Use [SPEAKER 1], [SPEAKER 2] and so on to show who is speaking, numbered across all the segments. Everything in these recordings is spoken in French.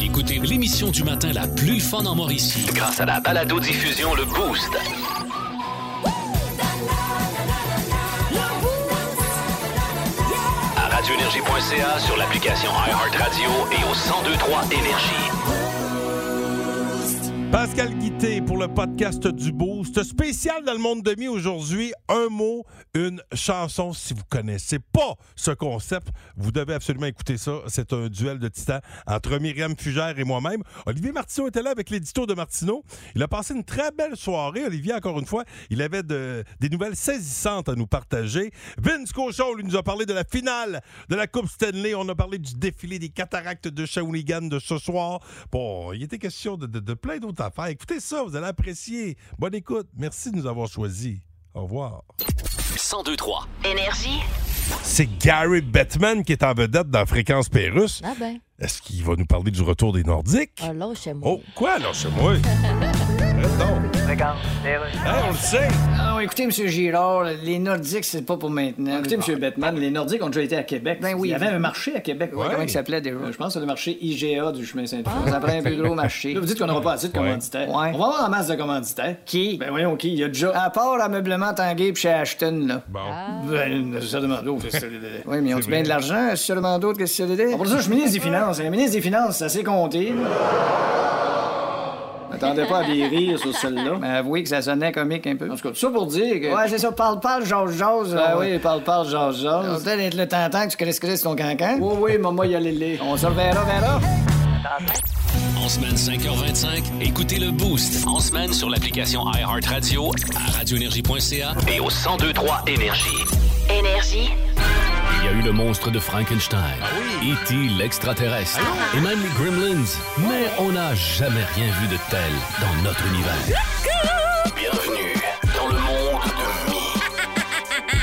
[SPEAKER 1] Écoutez l'émission du matin la plus le fun en Mauricie.
[SPEAKER 2] Grâce à la balado diffusion le boost. À radioénergie.ca sur l'application iHeartRadio et au 1023 énergie.
[SPEAKER 3] Pascal Guité pour le podcast du Boost. Spécial dans le monde de mi aujourd'hui. Un mot, une chanson. Si vous connaissez pas ce concept, vous devez absolument écouter ça. C'est un duel de titans entre Myriam Fugère et moi-même. Olivier Martineau était là avec l'édito de Martineau. Il a passé une très belle soirée. Olivier, encore une fois, il avait de- des nouvelles saisissantes à nous partager. Vince Cochon, lui, nous a parlé de la finale de la Coupe Stanley. On a parlé du défilé des cataractes de Shawinigan de ce soir. Bon, il était question de, de- de plein d'autres affaires. Écoutez ça, vous allez apprécier. Bonne écoute. Merci de nous avoir choisis. Au revoir.
[SPEAKER 2] 1023
[SPEAKER 4] Énergie.
[SPEAKER 3] C'est Gary Bettman qui est en vedette dans Fréquence Pérusse.
[SPEAKER 5] Ah ben,
[SPEAKER 3] Est-ce qu'il va nous parler du retour des Nordiques?
[SPEAKER 5] ah, là, chez moi.
[SPEAKER 3] Oh, quoi, là, chez moi? Arrête donc. Hey, on le sait.
[SPEAKER 6] Ah, ouais, écoutez, M. Girard, les Nordiques, c'est pas pour maintenant. Ah.
[SPEAKER 7] Écoutez, M. Bettman, les Nordiques ont déjà été à Québec.
[SPEAKER 6] Ben oui.
[SPEAKER 7] Il y avait un marché à Québec.
[SPEAKER 6] Ouais, Comment
[SPEAKER 3] Ouais.
[SPEAKER 6] il s'appelait déjà? Ah.
[SPEAKER 7] Euh, Je pense que c'est le marché IGA du chemin Saint-Paul.
[SPEAKER 6] Ça prend un plus gros marché.
[SPEAKER 7] Là, vous dites qu'on n'aura pas assez de commanditaires.
[SPEAKER 6] Ouais.
[SPEAKER 7] On va avoir en masse de commanditaires.
[SPEAKER 6] Qui?
[SPEAKER 7] Ben voyons qui, il y a déjà...
[SPEAKER 6] À part ameublement Tanguay pis chez Ashton, là.
[SPEAKER 3] Bon.
[SPEAKER 7] Ben, certainement d'autres. c'est- c'est-
[SPEAKER 6] Oui, mais ils ont
[SPEAKER 3] C'est
[SPEAKER 6] du bien
[SPEAKER 3] vrai.
[SPEAKER 6] de l'argent, sûrement d'autres que CDD.
[SPEAKER 7] Ah, Pour ça, je suis ministre des Finances. Le ministre des Finances, ça s'est compté. là. M'attendais pas à des rires sur celle-là.
[SPEAKER 6] Mais Ben, avouez que ça sonnait comique un peu.
[SPEAKER 7] En tout cas, tout ça pour dire que...
[SPEAKER 6] Ouais, c'est ça, parle, parle, Georges Jose.
[SPEAKER 7] ah oui, parle, parle, Georges
[SPEAKER 6] On
[SPEAKER 7] Georges.
[SPEAKER 6] peut être le tentant que tu crisserais sur ton cancan.
[SPEAKER 7] Oui, oui, maman, y allait les.
[SPEAKER 6] On se reverra, verra.
[SPEAKER 1] En semaine 5h25, écoutez le Boost.
[SPEAKER 2] En semaine sur l'application iHeartRadio
[SPEAKER 1] À radioénergie.ca,
[SPEAKER 2] et au 1023 énergie.
[SPEAKER 4] Énergie.
[SPEAKER 1] il y a eu le monstre de Frankenstein, E.T. l'extraterrestre et même les Gremlins. Mais on n'a jamais rien vu de tel dans notre univers.
[SPEAKER 2] Bienvenue dans le monde de Mi.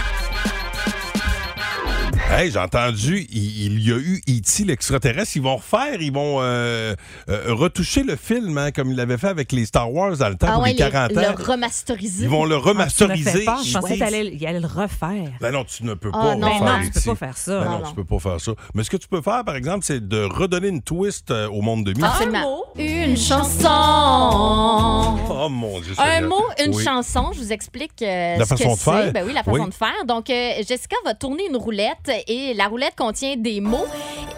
[SPEAKER 3] Hey, j'ai entendu, il, il y a eu E.T. l'extraterrestre. Ils vont refaire, ils vont euh, euh, retoucher le film, hein, comme ils l'avaient fait avec les Star Wars dans le temps
[SPEAKER 5] Ah
[SPEAKER 3] pour
[SPEAKER 5] ouais,
[SPEAKER 3] les
[SPEAKER 5] les-
[SPEAKER 3] 40 ans.
[SPEAKER 5] le remasteriser.
[SPEAKER 3] Ils vont le
[SPEAKER 8] Ah, Tu me fais
[SPEAKER 3] remasteriser.
[SPEAKER 8] peur. Je pensais
[SPEAKER 3] E.T..
[SPEAKER 8] qu'il allait, il allait le refaire.
[SPEAKER 3] Ben non, tu ne peux
[SPEAKER 5] Ah,
[SPEAKER 3] pas
[SPEAKER 5] non.
[SPEAKER 3] refaire
[SPEAKER 5] Ben
[SPEAKER 8] non, tu peux
[SPEAKER 3] E.T..
[SPEAKER 8] pas faire ça.
[SPEAKER 3] Ben
[SPEAKER 5] Non,
[SPEAKER 3] non,
[SPEAKER 5] non.
[SPEAKER 3] tu peux pas faire ça. Mais ce que tu peux faire, par exemple, c'est de redonner une twist euh, au monde de mi.
[SPEAKER 5] Absolument.
[SPEAKER 8] Un mot.
[SPEAKER 5] Une chanson.
[SPEAKER 3] Oh mon Dieu.
[SPEAKER 5] Un
[SPEAKER 3] Seigneur.
[SPEAKER 5] mot, une
[SPEAKER 3] Oui.
[SPEAKER 5] chanson. Je vous explique euh,
[SPEAKER 3] La
[SPEAKER 5] ce que
[SPEAKER 3] façon de
[SPEAKER 5] c'est.
[SPEAKER 3] faire.
[SPEAKER 5] Ben oui, la façon
[SPEAKER 3] Oui.
[SPEAKER 5] de faire. Donc, euh, Jessica va tourner une roulette et la roulette contient des mots,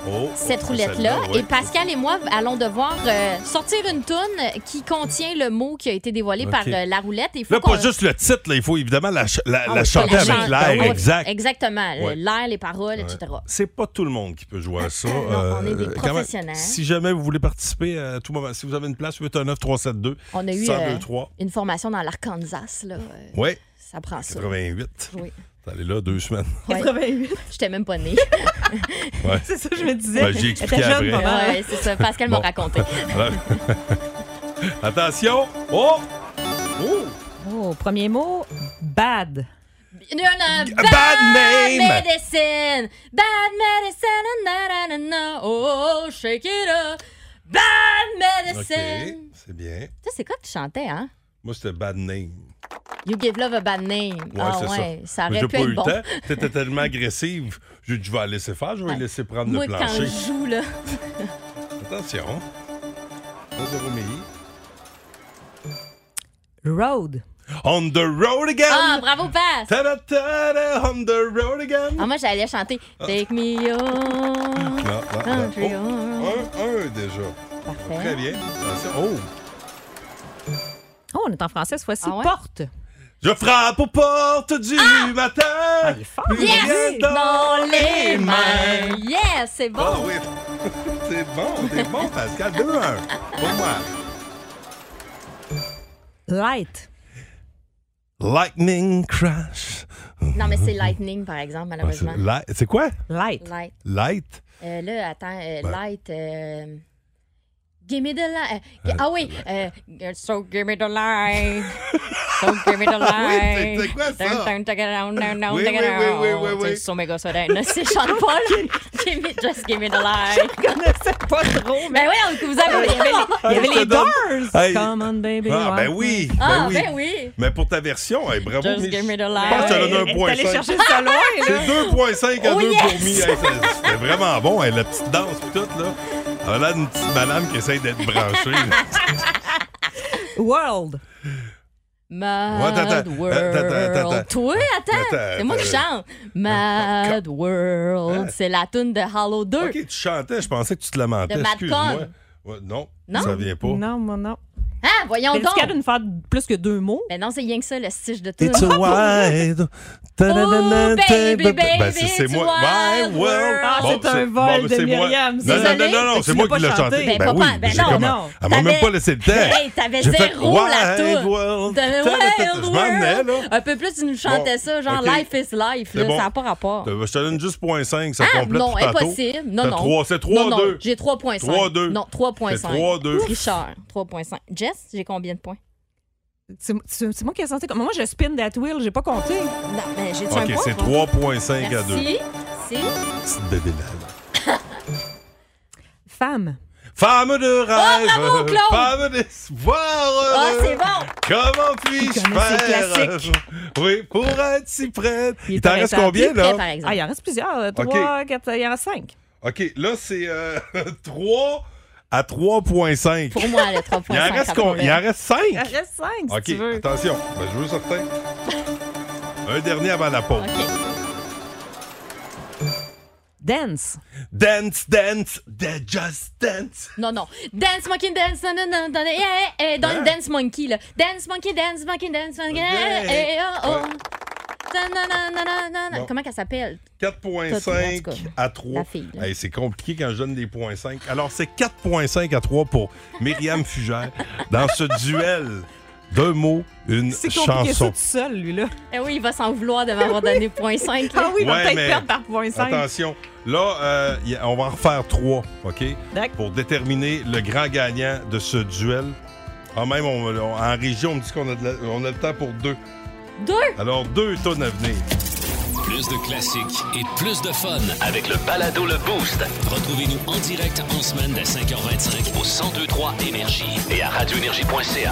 [SPEAKER 3] Oh,
[SPEAKER 5] cette
[SPEAKER 3] oh,
[SPEAKER 5] roulette-là.
[SPEAKER 3] celle-là, oui.
[SPEAKER 5] Et Pascal et moi allons devoir euh, sortir une toune qui contient le mot qui a été dévoilé
[SPEAKER 3] Ok.
[SPEAKER 5] par euh, la roulette. Et il faut
[SPEAKER 3] Là,
[SPEAKER 5] qu'on-
[SPEAKER 3] pas juste le titre, là, il faut évidemment la, ch- la,
[SPEAKER 5] Ah
[SPEAKER 3] la
[SPEAKER 5] oui,
[SPEAKER 3] chanter
[SPEAKER 5] la
[SPEAKER 3] avec
[SPEAKER 5] chan-
[SPEAKER 3] l'air,
[SPEAKER 5] Oui,
[SPEAKER 3] exact.
[SPEAKER 5] Exactement. le-
[SPEAKER 3] Ouais.
[SPEAKER 5] L'air, les paroles, etc.
[SPEAKER 3] C'est pas tout le monde qui peut jouer à ça. euh,
[SPEAKER 5] Non, on est des
[SPEAKER 3] quand même,
[SPEAKER 5] professionnels.
[SPEAKER 3] si jamais vous voulez participer à tout moment, si vous avez une place, 819 372
[SPEAKER 5] On a eu, euh,
[SPEAKER 3] 1023
[SPEAKER 5] Une formation dans l'Arkansas, là. euh,
[SPEAKER 3] Ouais,
[SPEAKER 5] Ça prend ça.
[SPEAKER 3] 88.
[SPEAKER 5] Oui.
[SPEAKER 3] T'es allé là deux semaines.
[SPEAKER 5] Ouais.
[SPEAKER 8] 88.
[SPEAKER 5] J'étais même pas née.
[SPEAKER 8] Ah, ben C'est ça que je me disais.
[SPEAKER 3] Ben, j'ai expliqué
[SPEAKER 8] Elle était jeune, hein.
[SPEAKER 3] après.
[SPEAKER 8] pas mal.
[SPEAKER 5] Ouais, c'est ça. Pascal m'a
[SPEAKER 3] Bon.
[SPEAKER 5] raconté.
[SPEAKER 3] Alors- Attention! Oh! Oh!
[SPEAKER 8] Oh, premier mot, bad.
[SPEAKER 5] Non, non,
[SPEAKER 3] Bad name.
[SPEAKER 5] medicine. Bad medicine. na, na, na, na. Oh, oh, shake it up. Bad
[SPEAKER 3] OK,
[SPEAKER 5] medicine.
[SPEAKER 3] c'est bien.
[SPEAKER 5] Toi, c'est quoi que tu chantais, hein?
[SPEAKER 3] Moi, c'était Bad Name.
[SPEAKER 5] You give love a bad name.
[SPEAKER 3] Ouais,
[SPEAKER 5] ah
[SPEAKER 3] c'est
[SPEAKER 5] ouais, ça,
[SPEAKER 3] Mais
[SPEAKER 5] aurait
[SPEAKER 3] j'ai pas eu
[SPEAKER 5] pu
[SPEAKER 3] le
[SPEAKER 5] être bon.
[SPEAKER 3] temps. T'étais tellement agressive. J'ai dit, je vais la laisser faire, je vais
[SPEAKER 5] Ouais.
[SPEAKER 3] laisser prendre
[SPEAKER 5] Moi,
[SPEAKER 3] le
[SPEAKER 5] quand
[SPEAKER 3] plancher.
[SPEAKER 5] je joue, là.
[SPEAKER 3] Attention. Là, c'est remis.
[SPEAKER 8] Road.
[SPEAKER 3] On the road again!
[SPEAKER 5] Ah, bravo, Pass!
[SPEAKER 3] Ta-da, ta-da, on the road again!
[SPEAKER 5] Ah, moi, j'allais chanter Take me on.
[SPEAKER 3] Non, non,
[SPEAKER 5] Country
[SPEAKER 3] non.
[SPEAKER 5] on.
[SPEAKER 3] ah, Oh, un, un déjà. Très
[SPEAKER 5] hein. Parfait.
[SPEAKER 3] bien. Attention. Oh!
[SPEAKER 8] Oh, on est en français cette fois-ci.
[SPEAKER 5] Ah ouais?
[SPEAKER 8] Porte.
[SPEAKER 3] Je frappe aux portes du matin!
[SPEAKER 8] Ah, il est fort.
[SPEAKER 3] Plus
[SPEAKER 5] Yes!
[SPEAKER 3] rien
[SPEAKER 5] Dans les mains! Yes, c'est
[SPEAKER 3] Ah
[SPEAKER 5] bon!
[SPEAKER 3] oui! C'est bon, c'est bon, Pascal. 2-1. Pour moi.
[SPEAKER 8] Light.
[SPEAKER 3] Lightning crash.
[SPEAKER 5] Non, mais c'est Lightning, par exemple,
[SPEAKER 3] Ah, c'est
[SPEAKER 5] malheureusement.
[SPEAKER 3] light- C'est quoi?
[SPEAKER 8] Light.
[SPEAKER 5] Light.
[SPEAKER 3] Light?
[SPEAKER 5] Euh, là, attends, euh,
[SPEAKER 3] Ben.
[SPEAKER 5] light. euh, Give me the light. euh, gi- ah oui. euh, so give me the light. so give me the light.
[SPEAKER 3] c'est quoi ça?
[SPEAKER 5] Turn, turn, take it down, down, down,
[SPEAKER 3] Oui,
[SPEAKER 5] take it
[SPEAKER 3] oui, oui, oui, oui,
[SPEAKER 5] down.
[SPEAKER 3] oui.
[SPEAKER 5] C'est so méga soda. Non, c'est Sean Paul. give me, just give me the light.
[SPEAKER 8] Je connaissais pas trop, mais Ah,
[SPEAKER 5] ben oui, vous
[SPEAKER 3] Ah,
[SPEAKER 5] avez.
[SPEAKER 8] il y avait les, il y avait
[SPEAKER 3] je te
[SPEAKER 8] les
[SPEAKER 3] donne-
[SPEAKER 8] Doors.
[SPEAKER 3] Hey.
[SPEAKER 8] Come on, baby.
[SPEAKER 3] Ah, ben
[SPEAKER 8] walk.
[SPEAKER 3] oui!
[SPEAKER 5] Ah,
[SPEAKER 3] Ben oui!
[SPEAKER 5] ben oui.
[SPEAKER 3] Mais pour ta version, hey, bravo!
[SPEAKER 5] Just
[SPEAKER 3] Mich-
[SPEAKER 5] give me
[SPEAKER 3] Je
[SPEAKER 5] the
[SPEAKER 3] pense que
[SPEAKER 5] light.
[SPEAKER 3] tu as
[SPEAKER 8] Elle
[SPEAKER 3] donné
[SPEAKER 8] est allée
[SPEAKER 3] 1.5.
[SPEAKER 8] chercher ça loin, là.
[SPEAKER 3] C'est 2.5 à
[SPEAKER 5] Oh,
[SPEAKER 3] 2
[SPEAKER 5] yes!
[SPEAKER 3] hein, pour mi. Hey, c'est- C'était vraiment bon, hey, la petite danse et tout, là. On a l'air d'une petite madame qui essaye d'être branchée.
[SPEAKER 8] World.
[SPEAKER 5] Mad
[SPEAKER 3] attends, attends,
[SPEAKER 5] World.
[SPEAKER 3] attends, attends.
[SPEAKER 5] Toi, attends.
[SPEAKER 3] Attends, Ah.
[SPEAKER 5] c'est moi qui chante. Mad World. C'est la tune de Hollow 2.
[SPEAKER 3] ok, tu chantais, je pensais que tu te lamentais.
[SPEAKER 5] De Mad
[SPEAKER 3] Excuse-moi.
[SPEAKER 5] Con.
[SPEAKER 3] Ouais, non,
[SPEAKER 5] Non?
[SPEAKER 3] ça vient pas.
[SPEAKER 8] Non, moi, non.
[SPEAKER 5] Ah, voyons
[SPEAKER 8] Mais est-ce
[SPEAKER 5] donc.
[SPEAKER 8] qu'elle a une faire plus que deux mots?
[SPEAKER 5] Mais non, c'est rien que ça, le stitch de tune.
[SPEAKER 3] It's a wild.
[SPEAKER 5] Oh, baby, baby,
[SPEAKER 3] Ben, c'est- c'est
[SPEAKER 5] it's
[SPEAKER 3] moi.
[SPEAKER 5] wild
[SPEAKER 3] Wild world.
[SPEAKER 5] world. Ah,
[SPEAKER 3] Bon,
[SPEAKER 8] c'est un vol
[SPEAKER 3] ben,
[SPEAKER 8] de
[SPEAKER 3] c'est moi.
[SPEAKER 8] Myriam,
[SPEAKER 3] Non,
[SPEAKER 8] c'est
[SPEAKER 3] non, non,
[SPEAKER 5] désolé.
[SPEAKER 3] non, non,
[SPEAKER 8] Tu
[SPEAKER 3] c'est moi
[SPEAKER 8] l'as
[SPEAKER 3] qui l'ai
[SPEAKER 8] pas
[SPEAKER 3] chanté.
[SPEAKER 8] chanté.
[SPEAKER 5] Ben,
[SPEAKER 3] Ben
[SPEAKER 5] pas
[SPEAKER 3] oui,
[SPEAKER 5] pan- ben
[SPEAKER 3] j'ai
[SPEAKER 5] non,
[SPEAKER 3] comment-
[SPEAKER 8] non.
[SPEAKER 3] Elle m'a même
[SPEAKER 5] T'avais-
[SPEAKER 3] pas laissé le temps.
[SPEAKER 5] Hey, t'avais
[SPEAKER 3] J'ai
[SPEAKER 5] zéro la
[SPEAKER 3] Wild
[SPEAKER 5] toune.
[SPEAKER 3] World.
[SPEAKER 5] The Wild
[SPEAKER 3] Je m'en venais, là.
[SPEAKER 5] World. Un peu plus, tu nous chantais
[SPEAKER 3] Bon,
[SPEAKER 5] ça, genre
[SPEAKER 3] ok.
[SPEAKER 5] Life is Life.
[SPEAKER 3] C'est
[SPEAKER 5] Là,
[SPEAKER 3] bon.
[SPEAKER 5] Ça n'a pas rapport.
[SPEAKER 3] Euh, Je te donne juste 0.5, ça
[SPEAKER 5] Ah,
[SPEAKER 3] complète
[SPEAKER 5] non,
[SPEAKER 3] tout tantôt.
[SPEAKER 5] impossible. Non,
[SPEAKER 3] T'as
[SPEAKER 5] non.
[SPEAKER 3] trois- C'est
[SPEAKER 5] Non, non,
[SPEAKER 3] 3-2.
[SPEAKER 5] j'ai 3.5.
[SPEAKER 3] 3-2.
[SPEAKER 5] Non, 3.5.
[SPEAKER 3] C'est 3-2.
[SPEAKER 5] Richard, 3.5. Jess, j'ai combien de points?
[SPEAKER 8] C'est c'est- c'est moi qui ai senti. comme- Moi, je spin that wheel, j'ai pas compté.
[SPEAKER 5] Non, mais j'ai-tu un
[SPEAKER 3] Ok,
[SPEAKER 5] point? Ah,
[SPEAKER 3] c'est
[SPEAKER 5] moi?
[SPEAKER 3] 3.5 à 2.
[SPEAKER 5] Merci. C'est...
[SPEAKER 3] Petite débile.
[SPEAKER 8] Femme.
[SPEAKER 3] Femme de rêve.
[SPEAKER 5] Oh, bravo, Claude.
[SPEAKER 3] Femme d'espoir.
[SPEAKER 5] Ah, c'est bon!
[SPEAKER 3] Comment puis-je
[SPEAKER 8] Il connaît ses
[SPEAKER 3] faire
[SPEAKER 8] classiques.
[SPEAKER 3] Oui, pour être si prête.
[SPEAKER 8] Il
[SPEAKER 3] Il,
[SPEAKER 8] est
[SPEAKER 3] t'en reste
[SPEAKER 8] arrêté à
[SPEAKER 3] combien,
[SPEAKER 5] Plus près, par
[SPEAKER 3] là?
[SPEAKER 5] exemple.
[SPEAKER 8] Ah, il en reste plusieurs. Trois, quatre, euh, il en reste cinq.
[SPEAKER 3] OK, là, c'est euh, 3 à 3.5.
[SPEAKER 5] Pour moi, le 3.5.
[SPEAKER 3] Il en reste
[SPEAKER 5] ça
[SPEAKER 3] con-
[SPEAKER 5] pourrait.
[SPEAKER 3] Il en reste 5.
[SPEAKER 8] Il en reste cinq, Ah, si
[SPEAKER 3] OK,
[SPEAKER 8] tu veux.
[SPEAKER 3] attention. Ben, je veux certain. Un dernier avant la pause.
[SPEAKER 5] OK.
[SPEAKER 8] Dance.
[SPEAKER 3] Dance, dance, de- just dance.
[SPEAKER 5] Non, non. Dance Monkey Dance, non, non, non, non, yeah, yeah, yeah, dans le
[SPEAKER 3] Hein?
[SPEAKER 5] Dance Monkey, là. Dance Monkey Dance, Monkey Dance, Monkey, yeah,
[SPEAKER 3] Yeah.
[SPEAKER 5] yeah, yeah, oh, oh.
[SPEAKER 3] Ouais.
[SPEAKER 5] Non, non, non, non, non, non, non.
[SPEAKER 3] Bon.
[SPEAKER 5] Comment qu'elle s'appelle? Toi,
[SPEAKER 3] 4.5
[SPEAKER 5] tu vois, en tout
[SPEAKER 3] à 3.
[SPEAKER 5] La fille, là.
[SPEAKER 3] Hey, c'est compliqué quand je donne des points 5. Alors, c'est 4.5 à 3 pour Myriam Fugère dans ce duel. Deux mots, une
[SPEAKER 8] C'est compliqué ça
[SPEAKER 3] chanson.
[SPEAKER 8] tout seul, lui, là.
[SPEAKER 5] Eh oui, il va s'en vouloir de m'avoir donné point 5.
[SPEAKER 8] Ah oui, il va
[SPEAKER 3] Ouais,
[SPEAKER 8] peut-être
[SPEAKER 3] mais-
[SPEAKER 8] perdre par point cinq.
[SPEAKER 3] Attention, là, euh, y a- on va en refaire trois, OK?
[SPEAKER 8] D'accord.
[SPEAKER 3] Pour déterminer le grand gagnant de ce duel. Ah, même, on- on- en régie, on me dit qu'on a, de la- on a le temps pour deux.
[SPEAKER 5] Deux?
[SPEAKER 3] Alors, deux tonnes à venir.
[SPEAKER 1] Plus de classiques et plus de fun.
[SPEAKER 2] Avec le balado Le Boost
[SPEAKER 1] Retrouvez-nous en direct en semaine dès 5h25
[SPEAKER 2] au 1023 Énergie et à radioénergie.ca.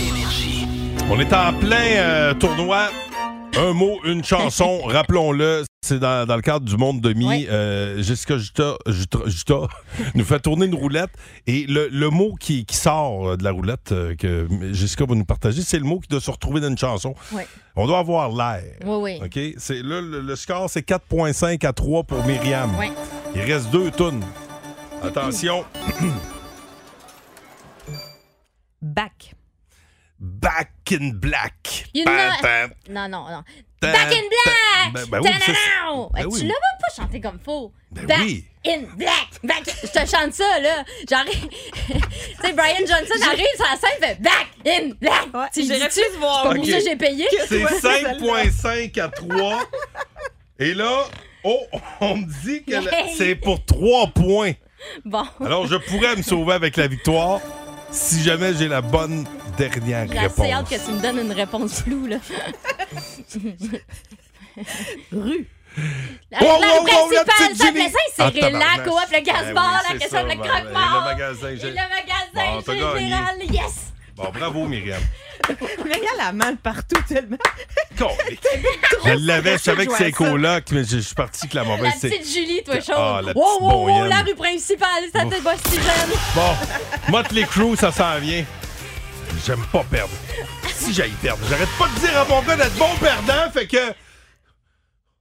[SPEAKER 2] Énergie.
[SPEAKER 3] On est en plein euh, tournoi. Un mot, une chanson, rappelons-le. C'est dans, dans le cadre du monde demi.
[SPEAKER 5] Oui.
[SPEAKER 3] Euh, Jessica Juta, Juta- Juta nous fait tourner une roulette. Et le, le mot qui, qui sort euh, de la roulette euh, que Jessica va nous partager, c'est le mot qui doit se retrouver dans une chanson.
[SPEAKER 5] Oui.
[SPEAKER 3] On doit avoir l'air.
[SPEAKER 5] Oui, oui.
[SPEAKER 3] OK? C'est, là, le, le score, c'est 4,5 à 3 pour Myriam.
[SPEAKER 5] Oui.
[SPEAKER 3] Il reste deux tonnes. Attention.
[SPEAKER 8] Back.
[SPEAKER 3] Back in black.
[SPEAKER 5] You
[SPEAKER 3] Pam,
[SPEAKER 5] know-
[SPEAKER 3] pam,
[SPEAKER 5] Non, non, non.
[SPEAKER 3] pam,
[SPEAKER 5] Back in
[SPEAKER 3] pam.
[SPEAKER 5] black!
[SPEAKER 3] Ben- ben oui, ça, c'est-
[SPEAKER 5] Ta-da-da!
[SPEAKER 3] ben
[SPEAKER 5] Hey,
[SPEAKER 3] oui.
[SPEAKER 5] Tu l'as même pas chanté comme faux.
[SPEAKER 3] Ben
[SPEAKER 5] back
[SPEAKER 3] oui.
[SPEAKER 5] in black! Back in- Je te chante ça, là. J'arrive. tu sais, Brian Johnson arrive sur la scène, fait back in black!
[SPEAKER 8] Ouais,
[SPEAKER 5] tu le
[SPEAKER 8] j'ai
[SPEAKER 5] dis-tu?
[SPEAKER 8] refusé de voir.
[SPEAKER 5] C'est pas pour
[SPEAKER 3] Ok.
[SPEAKER 5] ça que j'ai payé.
[SPEAKER 3] C'est
[SPEAKER 8] Ouais,
[SPEAKER 3] 5.5 à 3. Et là, oh, on me dit que la-
[SPEAKER 5] Hey.
[SPEAKER 3] c'est pour 3 points.
[SPEAKER 5] Bon.
[SPEAKER 3] Alors, je pourrais me sauver avec la victoire si jamais j'ai la bonne dernière
[SPEAKER 5] J'ai
[SPEAKER 3] réponse.
[SPEAKER 5] assez hâte que tu me donnes une réponse floue, là.
[SPEAKER 8] Rue.
[SPEAKER 5] La,
[SPEAKER 3] Wow,
[SPEAKER 5] la
[SPEAKER 3] wow, wow, la
[SPEAKER 5] principale,
[SPEAKER 3] petite
[SPEAKER 5] ça
[SPEAKER 3] Jenny.
[SPEAKER 5] plaît ça,
[SPEAKER 3] Ah,
[SPEAKER 5] c'est la
[SPEAKER 3] tabarnak.
[SPEAKER 5] coop, le
[SPEAKER 3] Ben
[SPEAKER 5] gaspard,
[SPEAKER 3] oui,
[SPEAKER 5] la
[SPEAKER 3] c'est
[SPEAKER 5] question
[SPEAKER 3] ça,
[SPEAKER 5] de le
[SPEAKER 3] ben,
[SPEAKER 5] croque-mort.
[SPEAKER 3] et le magasin, j'ai-
[SPEAKER 5] Et le
[SPEAKER 3] Bon,
[SPEAKER 5] magasin
[SPEAKER 3] t'as gagné.
[SPEAKER 5] général. Yes!
[SPEAKER 3] Bon, bravo, Myriam.
[SPEAKER 8] Mais elle a mal partout tellement.
[SPEAKER 3] Colique. je l'avais, je savais que
[SPEAKER 8] joué à
[SPEAKER 3] c'est
[SPEAKER 8] ça.
[SPEAKER 3] coloc, mais je je suis parti que la
[SPEAKER 5] La
[SPEAKER 3] mauvaise. c'est-
[SPEAKER 5] petite Julie, toi, chaud.
[SPEAKER 3] Ah, la
[SPEAKER 5] wow,
[SPEAKER 3] petite
[SPEAKER 5] wow, wow,
[SPEAKER 3] Boyenne.
[SPEAKER 5] la rue principale, ça te bosse si jeune.
[SPEAKER 3] Bon, Motley Crue, ça s'en vient. J'aime pas perdre. Si j'aille perdre, j'arrête pas de dire à mon gars d'être bon perdant, fait que.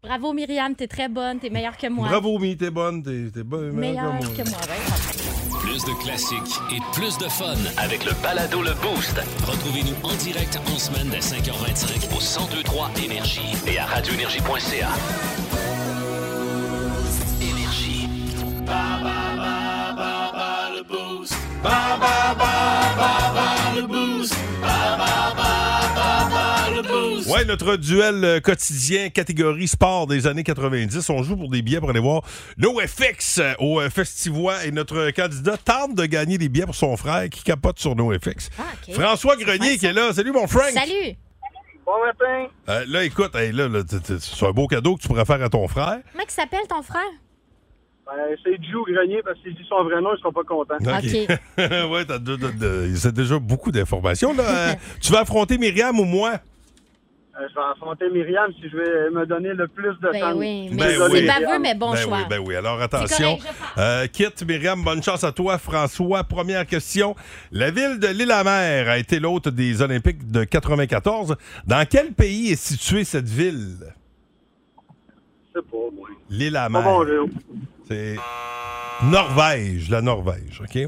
[SPEAKER 5] Bravo, Myriam, t'es très bonne, t'es meilleure que moi.
[SPEAKER 3] Bravo, Mi, t'es bonne, t'es t'es bonne.
[SPEAKER 5] Meilleure
[SPEAKER 3] comme-
[SPEAKER 5] que moi, ben.
[SPEAKER 1] Plus de classiques et plus de fun.
[SPEAKER 2] Avec le balado Le Boost
[SPEAKER 1] Retrouvez-nous en direct en semaine dès 5h25
[SPEAKER 2] au 1023 Énergie et à radioénergie.ca. Énergie.
[SPEAKER 3] Ouais, notre duel euh, quotidien catégorie sport des années 90. On joue pour des billets pour aller voir NoFX euh, au euh, Festivois et notre candidat tente de gagner des billets pour son frère qui capote sur NoFX.
[SPEAKER 5] Ah, ok.
[SPEAKER 3] François Grenier qui est là. Salut mon Frank.
[SPEAKER 5] Salut!
[SPEAKER 4] Bon matin.
[SPEAKER 3] Euh, là, écoute, hey, là, là, t- t- c'est un beau cadeau que tu pourrais faire à ton frère.
[SPEAKER 5] Comment il s'appelle ton frère?
[SPEAKER 4] Ben, c'est Jou Grenier parce que si je dis son vrai nom, ils seront pas contents.
[SPEAKER 5] Ok.
[SPEAKER 3] ouais, t'as deux- deux- deux- c'est déjà beaucoup d'informations. là. Euh, tu vas affronter Myriam ou moi?
[SPEAKER 4] Euh, je vais affronter Myriam si je vais me donner le plus de temps.
[SPEAKER 5] Ben oui, mais
[SPEAKER 3] Ben
[SPEAKER 5] c'est
[SPEAKER 3] oui.
[SPEAKER 5] baveux, mais bon
[SPEAKER 3] ben
[SPEAKER 5] choix.
[SPEAKER 3] oui, ben oui. Alors attention.
[SPEAKER 5] correct, je pense.
[SPEAKER 3] Euh, quitte Myriam, bonne chance à toi. François, première question. La ville de l'Île-à-Mer a été l'hôte des Olympiques de 94. Dans quel pays est située cette ville?
[SPEAKER 4] C'est pas moi. Pas
[SPEAKER 9] Oh
[SPEAKER 3] L'Île-à-Mer.
[SPEAKER 4] bon, Léo.
[SPEAKER 3] C'est Norvège, la Norvège, OK?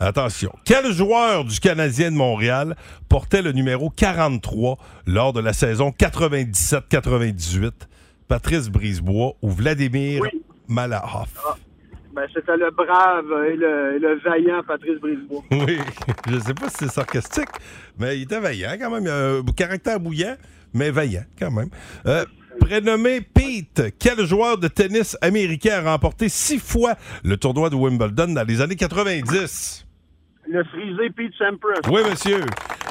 [SPEAKER 3] Attention. Quel joueur du Canadien de Montréal portait le numéro 43 lors de la saison 97-98? Patrice Brisebois ou Vladimir
[SPEAKER 4] Oui.
[SPEAKER 3] Malahoff?
[SPEAKER 4] Ben, c'était le brave et le, et le vaillant Patrice Brisebois.
[SPEAKER 3] Oui, je sais pas si c'est sarcastique, mais il était vaillant quand même. Il a un caractère bouillant, mais vaillant quand même. Euh, prénommé Pete, quel joueur de tennis américain a remporté six fois le tournoi de Wimbledon dans les années 90?
[SPEAKER 4] Le frisé Pete Sampras.
[SPEAKER 3] Oui, monsieur.